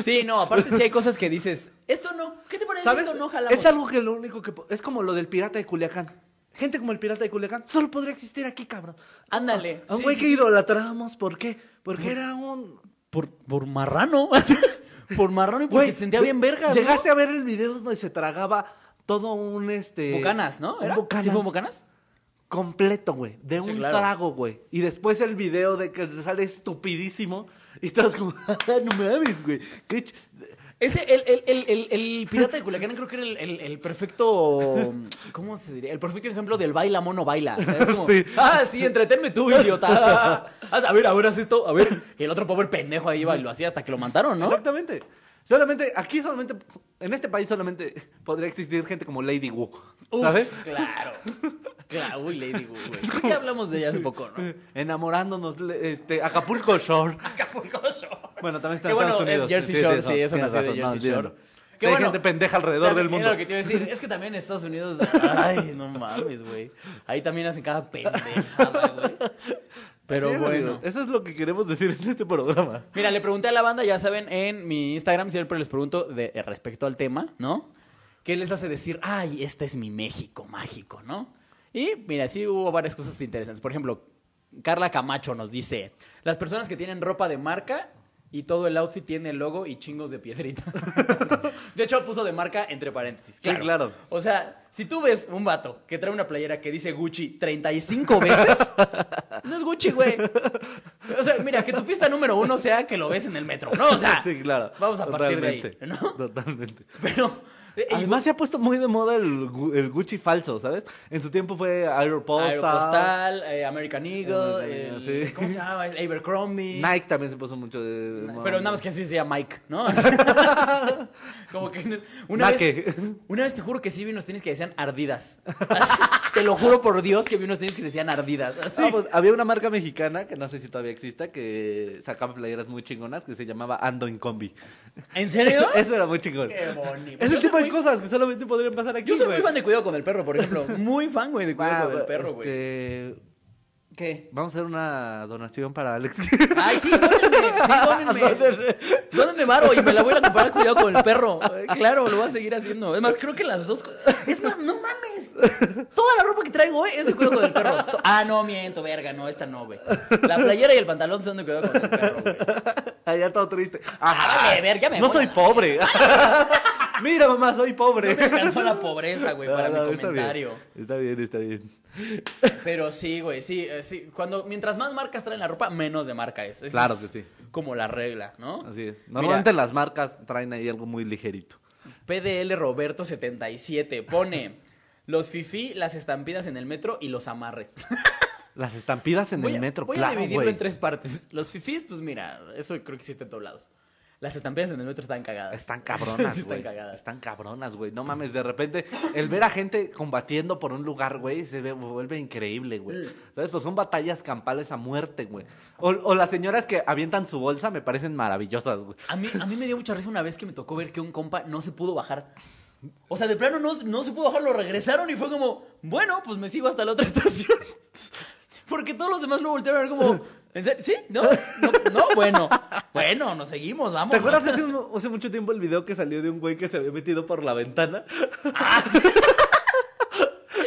S1: Sí, no, aparte sí hay cosas que dices, esto no, ¿qué te parece?
S2: ¿sabes?
S1: Esto no, jalamos.
S2: es algo que lo único que... po- Es como lo del pirata de Culiacán. Gente como el pirata de Culiacán solo podría existir aquí, cabrón.
S1: Ándale.
S2: A un
S1: Sí,
S2: güey
S1: sí,
S2: que
S1: sí.
S2: idolatramos, ¿por qué? Porque era un...
S1: Por, por marrano. por marrano y porque
S2: Güey,
S1: se sentía
S2: güey,
S1: bien vergas. ¿no?
S2: Llegaste a ver el video donde se tragaba todo un
S1: Eh,
S2: este.
S1: Bucanas, ¿no?
S2: un
S1: ¿Era?
S2: Bucanas.
S1: ¿Sí fue Bucanas?
S2: Completo, güey. De
S1: Sí,
S2: un
S1: claro.
S2: trago, güey. Y después el video de que sale estupidísimo. Y todos como, "Ah, no mames, güey. qué ch-".
S1: Ese, el, el, el, el, el pirata de Culiacán creo que era el, el, el perfecto, ¿cómo se diría? El perfecto ejemplo del baila mono baila. O sea, Es como,
S2: Sí.
S1: ah, sí, entretenme tú, idiota. Haz- a ver, a ver, haz esto, a ver. Y el otro pobre pendejo ahí iba y lo hacía hasta que lo mataron, ¿no?
S2: Exactamente. Solamente, aquí solamente, en este país solamente podría existir gente como Lady Wu.
S1: Uf,
S2: ¿Sabes?
S1: claro. Claro, uy, Lady Wu, güey. Creo que hablamos de ella hace poco, ¿no?
S2: Eh, Enamorándonos, le- este, Acapulco Shore.
S1: Acapulco Shore.
S2: Bueno, también está
S1: Qué
S2: en
S1: bueno,
S2: Estados
S1: el
S2: Unidos.
S1: Jersey
S2: Sí,
S1: Shore,
S2: tienes
S1: sí, eso
S2: razón,
S1: nació de
S2: tienes razón,
S1: Jersey
S2: no,
S1: Shore.
S2: olvídalo.
S1: Qué
S2: Hay
S1: bueno.
S2: gente pendeja alrededor del
S1: Era
S2: mundo.
S1: lo que te iba a decir. Es que también en Estados Unidos. Ay, no mames, güey. Ahí también hacen cada pendejada, güey. Pero
S2: Así es,
S1: bueno.
S2: amigos. Eso es lo que queremos decir en este programa.
S1: Mira, le pregunté a la banda, ya saben, en mi Instagram siempre les pregunto de, eh, respecto al tema, ¿no? ¿Qué les hace decir, ay, este es mi México mágico, ¿no? Y mira, sí hubo varias cosas interesantes. Por ejemplo, Carla Camacho nos dice, las personas que tienen ropa de marca y todo el outfit tiene logo y chingos de piedrita. de hecho, puso de marca entre paréntesis. Claro.
S2: claro.
S1: O sea, si tú ves un vato que trae una playera que dice Gucci 35 veces, no es Gucci, güey. O sea, mira, que tu pista número uno sea que lo ves en el metro, ¿no? O sea,
S2: sí, claro.
S1: vamos a partir de ahí,
S2: Totalmente,
S1: ¿no?
S2: Totalmente.
S1: pero... eh, y-
S2: Además se ha puesto muy de moda el, gu- el Gucci falso, ¿sabes? En su tiempo fue Aeropostal,
S1: Aeropostal, eh, American Eagle,
S2: American
S1: el-
S2: Eagle, sí.
S1: ¿cómo se llama? El Abercrombie.
S2: Nike también se puso mucho de moda.
S1: Pero nada más que así decía Mike, ¿no? Como que no- una
S2: Nike.
S1: vez, una vez te juro que sí vi unos tenis que decían ardidas. Así, te lo juro por Dios que vi unos tenis que decían ardidas. Así.
S2: Ah, pues, había una marca mexicana que no sé si todavía exista que sacaba playeras muy chingonas que se llamaba Ando en Combi.
S1: ¿En serio?
S2: Eso era muy chingón.
S1: Qué bonito.
S2: Ese
S1: Yo
S2: tipo
S1: soy
S2: de
S1: muy-
S2: cosas que solamente podrían pasar aquí.
S1: Yo soy muy
S2: güey.
S1: fan de Cuidado con el Perro, por ejemplo. Muy fan, güey, de Cuidado
S2: Ah,
S1: con el Perro, güey.
S2: este,
S1: ¿Qué?
S2: Vamos a hacer una donación para Alex.
S1: Ay, sí, dónenme, sí, dónenme. Dónenme varo y me la voy a ir a comprar a Cuidado con el Perro. Eh, Claro, lo voy a seguir haciendo. Es más, creo que las dos... co- Es más, no mames. Toda la ropa que traigo hoy es de Cuidado con el Perro. To- Ah, no, miento, verga, no, esta no, güey. La playera y el pantalón son de Cuidado con el Perro, güey.
S2: Allá todo triste.
S1: Ah, vale, ver, ya me
S2: no
S1: voy a
S2: soy
S1: la-
S2: pobre. Mira, mamá, soy pobre.
S1: Me alcanzó la pobreza, güey, para
S2: No, no,
S1: mi
S2: está bien.
S1: comentario.
S2: Está bien, está bien.
S1: Pero sí, güey, sí, eh, sí. Cuando, mientras más marcas traen la ropa, menos de marca es. Esa
S2: Claro
S1: es
S2: que sí.
S1: Como la regla, ¿no?
S2: Así es.
S1: Mira,
S2: Normalmente las marcas traen ahí algo muy ligerito.
S1: PDL Roberto 77 pone los fifí, las estampidas en el metro y los amarres.
S2: Las estampidas en
S1: Voy a-
S2: el metro,
S1: voy a
S2: claro,
S1: dividirlo
S2: güey.
S1: en tres partes. Los fifís, pues mira, eso creo que existe en todos lados. Las estampidas en el metro están cagadas.
S2: Están
S1: Sí,
S2: cabronas,
S1: están
S2: güey.
S1: cagadas.
S2: Están cabronas, güey. No mames, de repente el ver a gente combatiendo por un lugar, güey, se ve- vuelve increíble,
S1: Mm.
S2: güey. ¿Sabes? Pues son batallas campales a muerte, güey. O, o las señoras que avientan su bolsa me parecen maravillosas, güey.
S1: A mí, a mí me dio mucha risa una vez que me tocó ver que un compa no se pudo bajar. O sea, de plano no, no se pudo bajar, lo regresaron y fue como, bueno, pues me sigo hasta la otra estación. Porque todos los demás lo voltearon a ver como, ¿en serio? ¿Sí? ¿No? ¿No? no, Bueno, bueno, nos seguimos, vamos.
S2: ¿Te acuerdas hace, un- hace mucho tiempo el
S1: Ah,
S2: video que salió de un güey que se había metido por la ventana?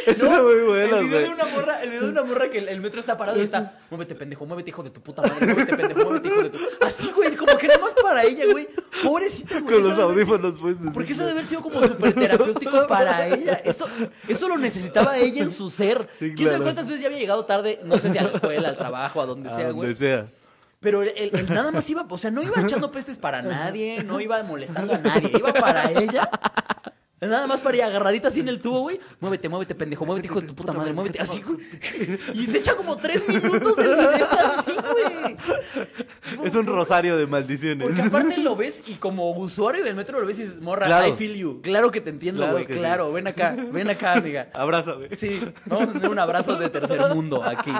S2: Está muy bueno,
S1: el video
S2: güey.
S1: de una morra, el video de una morra que el, el metro está parado y está, muévete pendejo, muévete hijo de tu puta madre, muévete pendejo, muévete hijo de tu. Así, güey, como que nada más para ella, güey. Pobrecita, güey.
S2: Con
S1: eso
S2: los
S1: ha de haber sido-
S2: audífonos puestos.
S1: Porque eso debe haber sido como súper terapéutico para ella. Eso, eso lo necesitaba ella en su ser.
S2: Sí,
S1: ¿Quién sabe
S2: claro.
S1: cuántas veces ya había llegado tarde? No sé si a la escuela, al trabajo, a donde
S2: A
S1: sea, güey.
S2: donde sea.
S1: Pero el, el- el nada más iba, o sea, no iba echando pestes para nadie, no iba molestando a nadie, iba para ella. Nada más para ella agarradita así en el tubo, güey. Muévete, muévete, pendejo, muévete, hijo de tu puta madre, muévete así, güey. Y se echa como tres minutos del video así, güey.
S2: Es un rosario de maldiciones.
S1: Porque aparte lo ves y como usuario del metro lo ves y dices, morra,
S2: Claro.
S1: I feel you. Claro que te entiendo,
S2: Claro
S1: güey,
S2: que sí.
S1: claro. Ven acá, ven acá, amiga.
S2: Abrázame.
S1: Sí, vamos a tener un abrazo de tercer mundo aquí.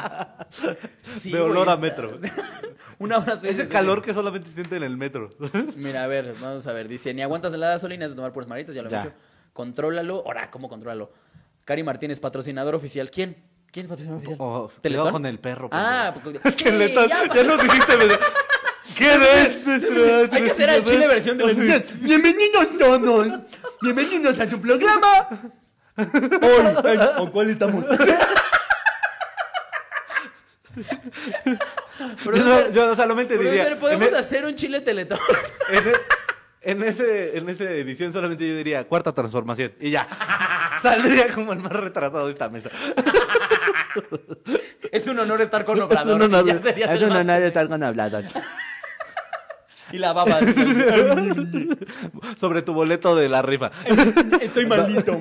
S1: Sí,
S2: De
S1: güey,
S2: olor a
S1: está-
S2: metro.
S1: un abrazo.
S2: Ese
S1: sí,
S2: calor
S1: sí.
S2: que solamente se siente en el metro.
S1: Mira, a ver, vamos a ver. Dice, ni aguantas la gasolina, es de tomar puras maritas, ya lo he
S2: Ya.
S1: dicho. Contrólalo. Ahora, ¿cómo contrólalo? Cari Martínez, patrocinador oficial. ¿Quién? ¿Quién es patrocinador oficial?
S2: Oh,
S1: ¿Teletón?
S2: cuidado con el perro,
S1: Ah, pues- sí,
S2: Que le to-
S1: ya,
S2: ya, nos dijiste, ¿verdad? ¿Quién es nuestro
S1: Hay que hacer al chile versión de los-
S2: Bienvenidos todos. Bienvenidos a tu programa. Hoy, ¿con cuál estamos? Yo,
S1: Producer-
S2: no- yo solamente diría.
S1: Producer, ¿podemos
S2: en, e-
S1: hacer un chile teletón?
S2: en e- en ese, en esa edición solamente yo diría cuarta transformación y ya. Saldría como el más retrasado de esta mesa.
S1: es un honor estar con Obrador.
S2: es un honor,
S1: y ya serías
S2: es
S1: el
S2: un
S1: más-
S2: honor estar con Oblador.
S1: Y la baba. dice,
S2: Sobre tu boleto de la rifa.
S1: Estoy maldito.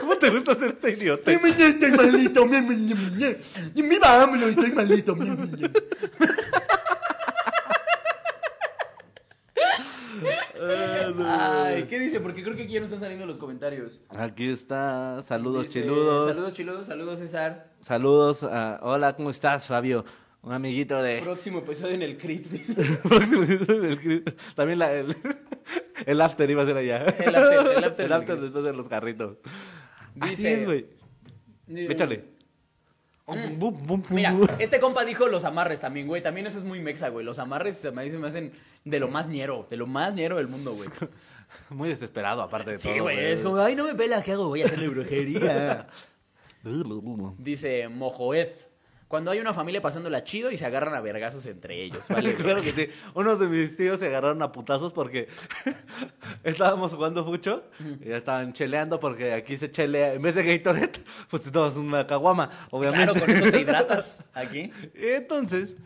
S2: ¿Cómo te gusta ser este idiota?
S4: Estoy malito, mi, mi, mi, mi, mi, mi, vámonos, estoy malito. mi, mi, mi.
S1: Ay, ¿qué dice? Porque creo que aquí ya no están saliendo los comentarios.
S2: Aquí está. Saludos,
S1: Dice,
S2: chiludos.
S1: Saludos, chiludos. Saludos, César.
S2: Saludos. a- hola, ¿cómo estás, Fabio? Un amiguito de.
S1: Próximo episodio en el crit. dice.
S2: Próximo episodio del Cri- También la- el, el after iba a ser allá.
S1: El after, el after
S2: El
S1: del
S2: after
S1: Cri.
S2: después de los carritos. Así
S1: Dice-
S2: es, güey. Échale. Bum, bum, bum,
S1: Mira,
S2: bum.
S1: este compa dijo los amarres también, güey. También eso es muy mexa, güey. Los amarres se me, se me hacen de lo más ñero, de lo más ñero del mundo, güey.
S2: Muy desesperado, aparte de todo.
S1: Sí, güey. Es como, ay, no me pela, ¿qué hago? Voy a hacerle brujería. Dice Mojoez. Cuando hay una familia pasándola chido y se agarran a vergazos entre ellos, ¿vale? güey?
S2: claro que sí. Unos de mis tíos se agarraron a putazos porque estábamos jugando mucho y ya estaban cheleando porque aquí se chelea. En vez de Gatorade, pues te tomas una caguama, obviamente.
S1: Claro, con eso te hidratas aquí.
S2: Entonces,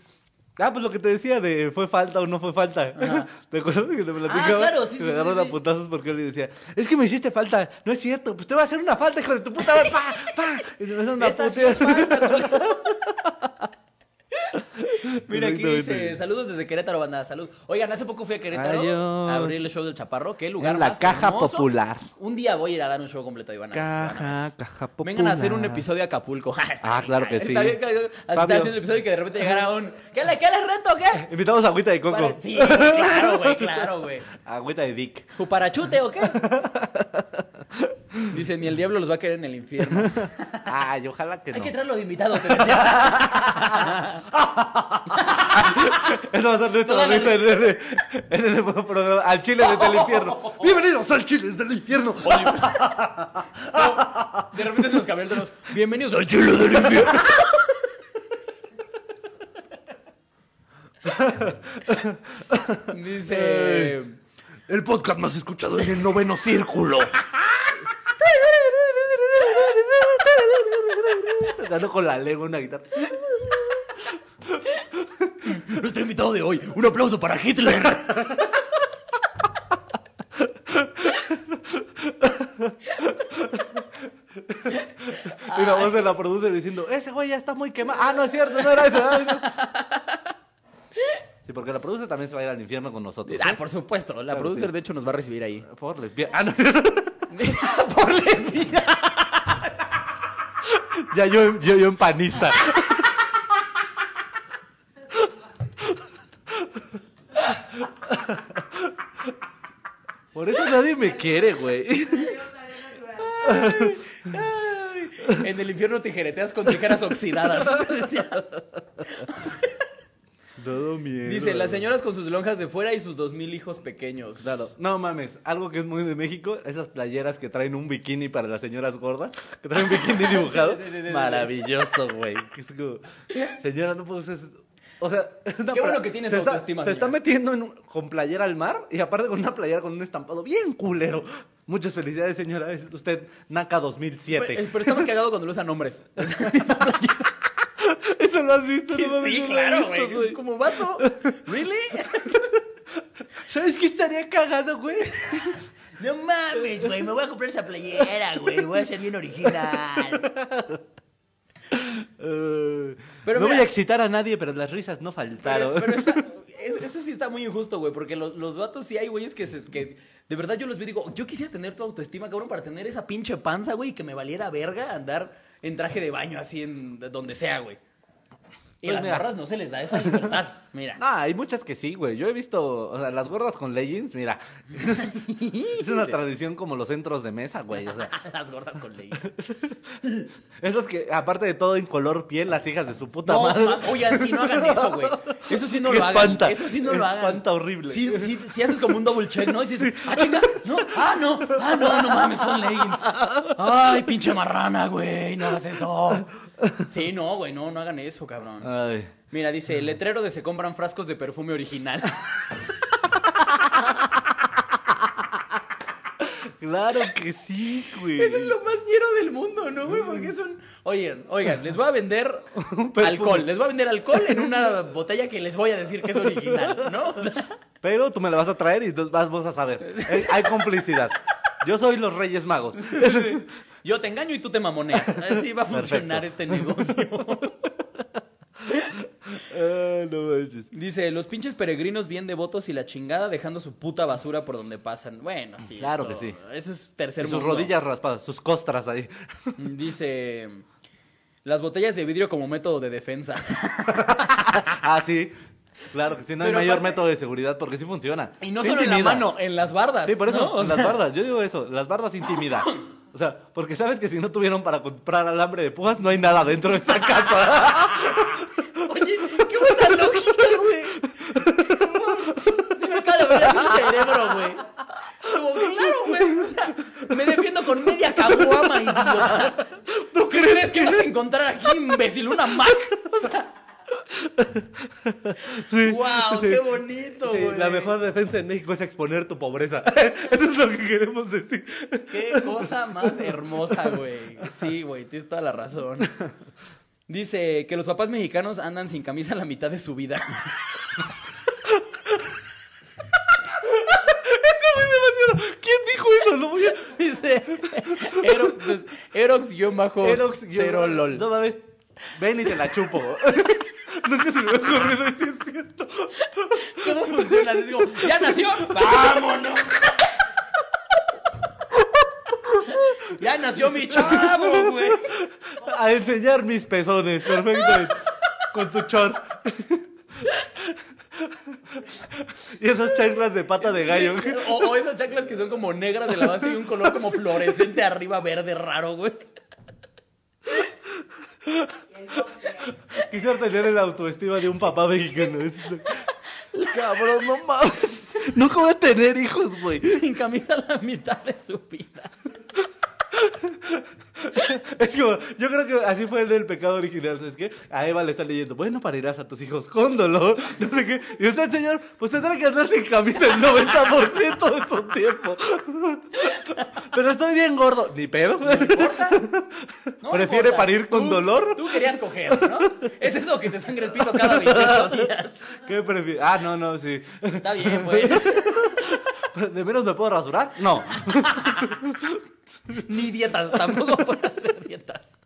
S2: ah, pues lo que te decía de fue falta o no fue falta. ¿Te acuerdas que te platicaba?
S1: Ah, claro, sí,
S2: Que
S1: sí,
S2: me
S1: sí,
S2: agarraron
S1: sí.
S2: a putazos porque yo le decía, es que me hiciste falta. No es cierto, pues te va a hacer una falta, hijo de tu puta madre. ¡Pa! ¡Pa! Y se me hace una
S1: Esta sí
S2: puteada.
S1: es falta, güey. Mira, aquí
S2: Exactamente.
S1: dice, saludos desde Querétaro, banda, salud. Oigan, hace poco fui a Querétaro
S2: Adiós.
S1: a abrir el show del Chaparro, qué lugar
S2: En la
S1: más
S2: Caja
S1: hermoso.
S2: Popular.
S1: Un día voy a ir a dar un show completo, Iván.
S2: Caja, caja popular.
S1: Vengan a hacer un episodio de Acapulco.
S2: Ah, claro que sí.
S1: Está bien, cabrón. Así está
S2: Fabio.
S1: haciendo el episodio y que de repente llegara un, ¿qué le, qué les rento o qué?
S2: Invitamos a Agüita de Coco.
S1: Para- Sí, claro, güey, claro, güey.
S2: Agüita de Dick.
S1: ¿Juparachute o qué? Dice, ni el diablo los va a querer en el infierno.
S2: Ay, ojalá que no.
S1: Hay que traerlo de invitado, te decía.
S2: Eso va a ser nuestra
S1: Todas las-
S2: lista en el, en el programa. Al Chile desde el infierno.
S4: Bienvenidos al Chile desde el infierno.
S1: De repente se nos cambió el tono. Bienvenidos al
S4: Chile del infierno.
S1: ch- Dice.
S4: El podcast más escuchado en el noveno círculo.
S2: Tocando con la lengua una guitarra.
S1: Nuestro invitado de hoy. Un aplauso para Hitler.
S2: Y la voz de la producer diciendo, ese güey ya está muy quemado. Ah, no es cierto, no era eso. Ay, no. Sí, porque la producer también se va a ir al infierno con nosotros.
S1: Ah, por supuesto. La
S2: Claro,
S1: producer,
S2: sí.
S1: de hecho, nos va a recibir ahí.
S2: Por lesbiana. Ah, no.
S1: por lesbiana.
S2: Ya yo, yo, yo en panista. Por eso nadie me quiere, güey.
S1: Ay, En el infierno te jereteas con tijeras oxidadas. te decía.
S2: Todo miedo.
S1: Dice, las señoras con sus lonjas de fuera y sus dos mil hijos pequeños.
S2: Claro. No mames, algo que es muy de México, esas playeras que traen un bikini para las señoras gordas, que traen un bikini dibujado.
S1: Sí, sí, sí, sí, sí.
S2: Maravilloso, güey. Que es como, señora, no puedo usar eso". O sea, es una
S1: Qué bueno
S2: pla-
S1: que tienes
S2: se está-
S1: autoestima,
S2: Se está
S1: señora.
S2: metiendo en un- con playera al mar y aparte con una playera con un estampado bien culero. Muchas felicidades, señora. Es usted Naka
S1: Pero,
S2: 2007.
S1: pero está más cagado cuando lo usan hombres.
S2: Eso lo has visto, no mames,
S1: eh, Sí,
S2: no lo he
S1: claro,
S2: visto,
S1: güey. Como vato. ¿Really?
S2: ¿Sabes qué estaría cagado, güey?
S5: No mames, güey, me voy a comprar esa playera, güey, voy a ser bien original.
S2: Eh,
S1: Pero
S2: no
S1: mira-
S2: voy a excitar a nadie, pero las risas no faltaron.
S1: Pero, pero está- es- eso sí está muy injusto, güey, porque los, los vatos sí hay güeyes que, se- que de verdad yo los vi y digo, yo quisiera tener tu autoestima, cabrón, para tener esa pinche panza, güey, y que me valiera verga andar en traje de baño así en de donde sea, güey. Y
S2: Pues
S1: a las
S2: mira.
S1: morras no se les da esa libertad, mira.
S2: Ah, hay muchas que sí, güey. Yo he visto, o sea, las gordas con leggings, mira. es una tradición como los centros de mesa, güey. O sea,
S1: Las gordas con ley.
S2: esas que, aparte de todo en color piel, las hijas de su puta
S1: No,
S2: madre.
S1: ma- oigan, sí, no hagan eso, güey. Eso sí no
S2: Que
S1: lo hagan.
S2: espanta.
S1: Eso sí no lo hagan.
S2: Espanta horrible.
S1: Sí, sí, sí haces como un double check, ¿no? Y dices, ah, chinga, no, ah, no, ah, no, no mames, son leggings. Ay, pinche marrana, güey, no hagas eso. Sí, no, güey, no, no hagan eso, cabrón.
S2: Ay.
S1: Mira, dice, el letrero de se compran frascos de perfume original.
S2: Claro que sí, güey.
S1: Eso es lo más ñero del mundo, ¿no, güey? Porque son... Oigan, oigan, les voy a vender
S2: perfume.
S1: alcohol. Les voy a vender alcohol en una botella que les voy a decir que es original, ¿no? O sea,
S2: Pero tú me la vas a traer y nos vamos a saber. Eh, hay complicidad. Yo soy los Reyes Magos.
S1: Yo te engaño y tú te mamoneas. Así va a funcionar este negocio.
S2: Ah, no manches.
S1: Dice, los pinches peregrinos bien devotos y la chingada dejando su puta basura por donde pasan. Bueno, sí. eso-
S2: Claro que sí.
S1: Eso es tercer
S2: Sus
S1: mundo. Mm,
S2: rodillas raspadas, sus costras ahí.
S1: Dice, las botellas de vidrio como método de defensa.
S2: Ah, sí. Claro que sí, no hay
S1: Pero
S2: mayor
S1: aparte-
S2: método de seguridad porque sí funciona.
S1: Y no
S2: Sí
S1: solo en la
S2: intimida.
S1: mano, en las bardas.
S2: Sí, por eso,
S1: ¿no? O sea,
S2: las bardas. Yo digo eso, las bardas intimida. O sea, porque sabes que si no tuvieron para comprar alambre de púas, no hay nada dentro de esa casa.
S1: Oye, qué buena lógica, güey. Se me acaba de abrir así el cerebro, güey. Como, claro, güey. o sea, me defiendo con media caguama, idiota. ¿Tú crees que vas a encontrar aquí, imbécil, una Mac? O sea. ¡Wow!
S2: sí.
S1: ¡Qué bonito,
S2: Sí,
S1: güey!
S2: la mejor defensa en México es exponer tu pobreza. Eso es lo que queremos decir.
S1: Qué cosa más hermosa, güey. Sí, güey, tienes toda la razón. Dice que los papás mexicanos andan sin camisa la mitad de su vida.
S2: ¿Quién dijo eso? Lo voy a...
S1: Dice Erox, pues, Erox guión bajo
S2: Erox-
S1: cero lol.
S2: No mames, ven y te la chupo. Nunca se me había ocurrido, sí es cierto.
S1: ¿Cómo funciona? Así como, ¿ya nació? ¡Vámonos! ¡Ya nació mi chavo, güey!
S2: A enseñar mis pezones, perfecto. Con tu short. Y esas chanclas de pata de gallo.
S1: O, o esas chaclas que son como negras de la base y un color como fluorescente arriba verde raro, güey.
S2: Quisiera tener el autoestima de un papá mexicano. Es- Cabrón, no mames. Nunca voy a tener hijos, güey.
S1: Sin camisa la mitad de su vida.
S2: Es como, yo creo que así fue el del pecado original, ¿sabes qué? A Eva le está leyendo, bueno, parirás a tus hijos con dolor, no sé qué. Y usted, señor, pues tendrá que andar sin camisa el 90% de su tiempo. Pero estoy bien gordo, ni pedo.
S1: No
S2: ¿Prefiere
S1: importa.
S2: parir con
S1: Tú-
S2: dolor?
S1: Tú querías coger, ¿no? Es eso que te sangra el pito cada 28 días.
S2: ¿Qué prefiere? Ah, no, no, sí.
S1: Está bien, pues.
S2: ¿De menos me puedo rasurar? No.
S1: Ni dietas, tampoco puedo hacer dietas.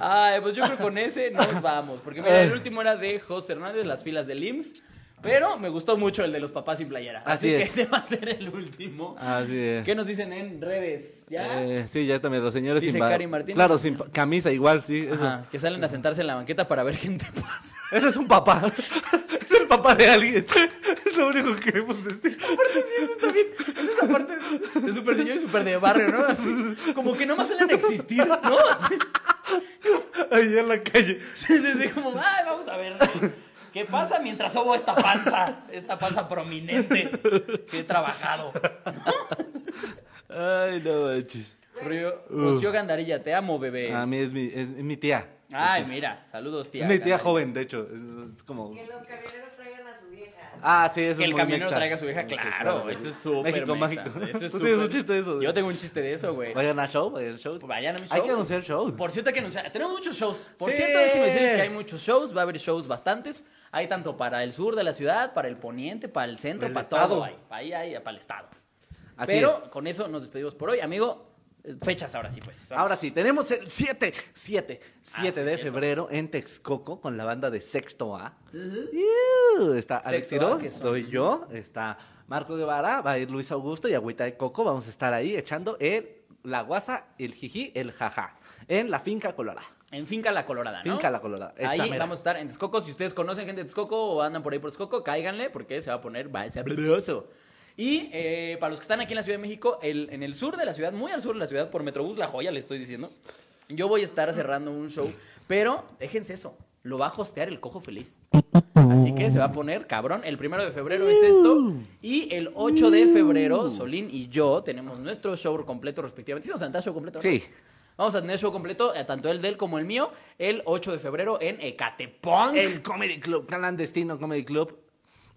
S1: Ay, pues yo creo que con ese nos vamos. Porque mira, el último era de José Hernández, las filas del IMSS. Pero me gustó mucho el de los papás sin playera. Así,
S2: Así
S1: que
S2: es.
S1: ese va a ser el último.
S2: Así es.
S1: ¿Qué nos dicen en redes? ¿Ya?
S2: Eh, sí, ya también los señores
S1: Dice
S2: sin ba-
S1: Cari Martínez.
S2: Claro, sin pa- camisa igual, sí. Eso.
S1: Ajá, que salen a sentarse en la banqueta para ver gente pasa.
S2: Ese es un papá. es el papá de alguien. Es lo único que queremos decir.
S1: Eso está bien. Eso es aparte de super señor y super de barrio, ¿no? Así, como que nomás salen a existir, ¿no? Así,
S2: Ahí en la calle.
S1: Sí, sí, sí, como, ay, vamos a ver. ¿Qué pasa mientras sobo esta panza? Esta panza prominente que he trabajado.
S2: Ay, no manches.
S1: Río, Rocío Gandarilla, te amo, bebé.
S2: A mí es Ah, mi, es mi tía.
S1: Eh. Ay, mira, saludos, tía.
S2: es mi tía
S1: Gandarilla.
S2: joven, de hecho. Es, es como.
S3: Que los camioneros traigan a su vieja.
S2: Ah, sí, eso es
S1: Que el
S2: muy
S1: camionero
S2: mexa.
S1: traiga a su vieja,
S2: Sí,
S1: claro. Eso es súper
S2: México
S1: mexa,
S2: mágico.
S1: Eso es
S2: Tú tienes un
S1: súper-
S2: chiste de eso.
S1: Yo tengo un chiste de eso, güey.
S2: Vayan a show, vayan al show.
S1: Pues Vayan a mi
S2: Hay
S1: show.
S2: que anunciar shows.
S1: Por cierto, hay que anunciar. Tenemos muchos shows. Por
S2: Sí.
S1: cierto, déjenme decirles que hay muchos shows. Va a haber shows bastantes. Hay tanto para el sur de la ciudad, para el poniente, para el centro,
S2: Para el
S1: para
S2: estado.
S1: todo. Hay. Para ahí, hay, para el estado.
S2: Así
S1: Pero
S2: es.
S1: con eso nos despedimos por hoy, amigo. Eh, Fechas ahora sí, pues. Vamos.
S2: Ahora sí, tenemos el 7, 7,
S1: Ah,
S2: 7
S1: sí,
S2: de
S1: cierto.
S2: febrero en Texcoco con la banda de Sexto A. Iu, Está Alex
S1: Sexto A,
S2: Quiroz,
S1: que son-
S2: estoy yo, está Marco Guevara, va a ir Luis Augusto y Agüita de Coco. Vamos a estar ahí echando el, la guasa, el jiji, el jaja en la finca colorada.
S1: En Finca La Colorada, ¿no?
S2: Finca La Colorada, esta
S1: Ahí
S2: mera.
S1: vamos a estar en Texcoco. Si ustedes conocen gente de Texcoco o andan por ahí por Texcoco, cáiganle porque se va a poner va a ser sabroso. Y eh, para los que están aquí en la Ciudad de México, el- en el sur de la ciudad, muy al sur de la ciudad, por Metrobús La Joya, le estoy diciendo, yo voy a estar cerrando un show. Pero déjense eso, lo va a hostear el Cojo Feliz. Así que se va a poner cabrón. El primero de febrero es esto. Y el 8 de febrero, Solín y yo tenemos nuestro show completo respectivamente. Sí, vamos a tener show completo. ¿no?
S2: Sí.
S1: Vamos a tener show completo, eh, tanto el de él como el mío, el 8 de febrero en Ecatepong.
S2: El Comedy Club, clandestino Comedy Club.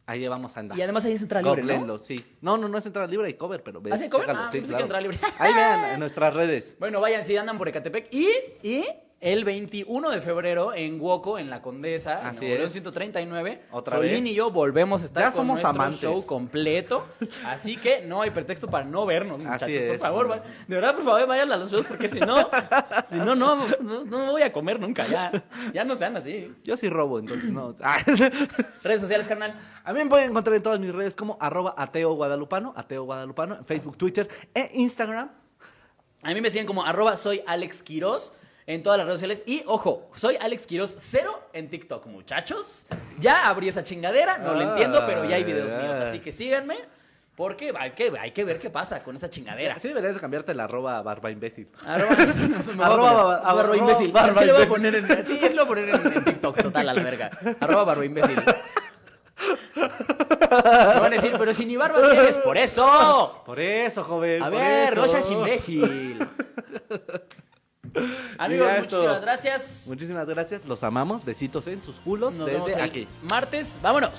S2: Ahí vamos a andar.
S1: Y además ahí es entrada libre,
S2: Cómprenlo,
S1: ¿no?
S2: sí. No, no, no es entrada libre, hay cover, pero ve.
S1: ¿Ah, sí hay cover?
S2: chécalo,
S1: Ah,
S2: sí,
S1: pensé que entrada libre.
S2: Ahí vean en nuestras redes.
S1: Bueno, vayan si andan por Ecatepec. Y, y el 21 de febrero en Huoco, en La Condesa,
S2: Así
S1: en Nuevo León
S2: es.
S1: 139.
S2: Otra
S1: Solín
S2: vez.
S1: y yo volvemos a estar
S2: Ya
S1: con
S2: somos
S1: nuestro
S2: amantes.
S1: show completo. Así que no hay pretexto para no vernos, muchachos.
S2: Así
S1: por
S2: es.
S1: favor, va- de verdad, por favor, vayan a los shows porque si no, si no, no, no, no voy a comer nunca. Ya, ya no sean así.
S2: Yo sí robo, entonces no. Ah.
S1: Redes sociales, carnal.
S2: A mí me pueden encontrar en todas mis redes como arroba ateo guadalupano, ateo guadalupano, en Facebook, Twitter e Instagram.
S1: A mí me siguen como arroba soy Alex Quiroz en todas las redes sociales. Y ojo, soy Alex Quiroz cero en TikTok, muchachos. Ya abrí esa chingadera, no lo entiendo, pero ya hay videos
S2: Ah.
S1: míos. Así que síganme, porque hay que, hay que ver qué pasa con esa chingadera.
S2: Sí deberías de cambiarte el arroba barba imbécil.
S1: Arroba, me voy a poner-
S2: Arroba barba-
S1: barba
S2: arroba
S1: imbécil.
S2: barba
S1: Así lo voy a
S2: imbécil.
S1: poner en, sí, es lo voy a poner en, en TikTok, total, a la verga. Arroba barba imbécil. Me van a decir, pero si ni barba tienes, por eso.
S2: Por eso, joven.
S1: A
S2: por
S1: ver,
S2: eso.
S1: no seas imbécil. Amigos,
S2: ya es todo.
S1: muchísimas gracias.
S2: Muchísimas gracias, los amamos. Besitos en sus culos
S1: Nos vemos
S2: desde
S1: el
S2: aquí.
S1: martes. Vámonos.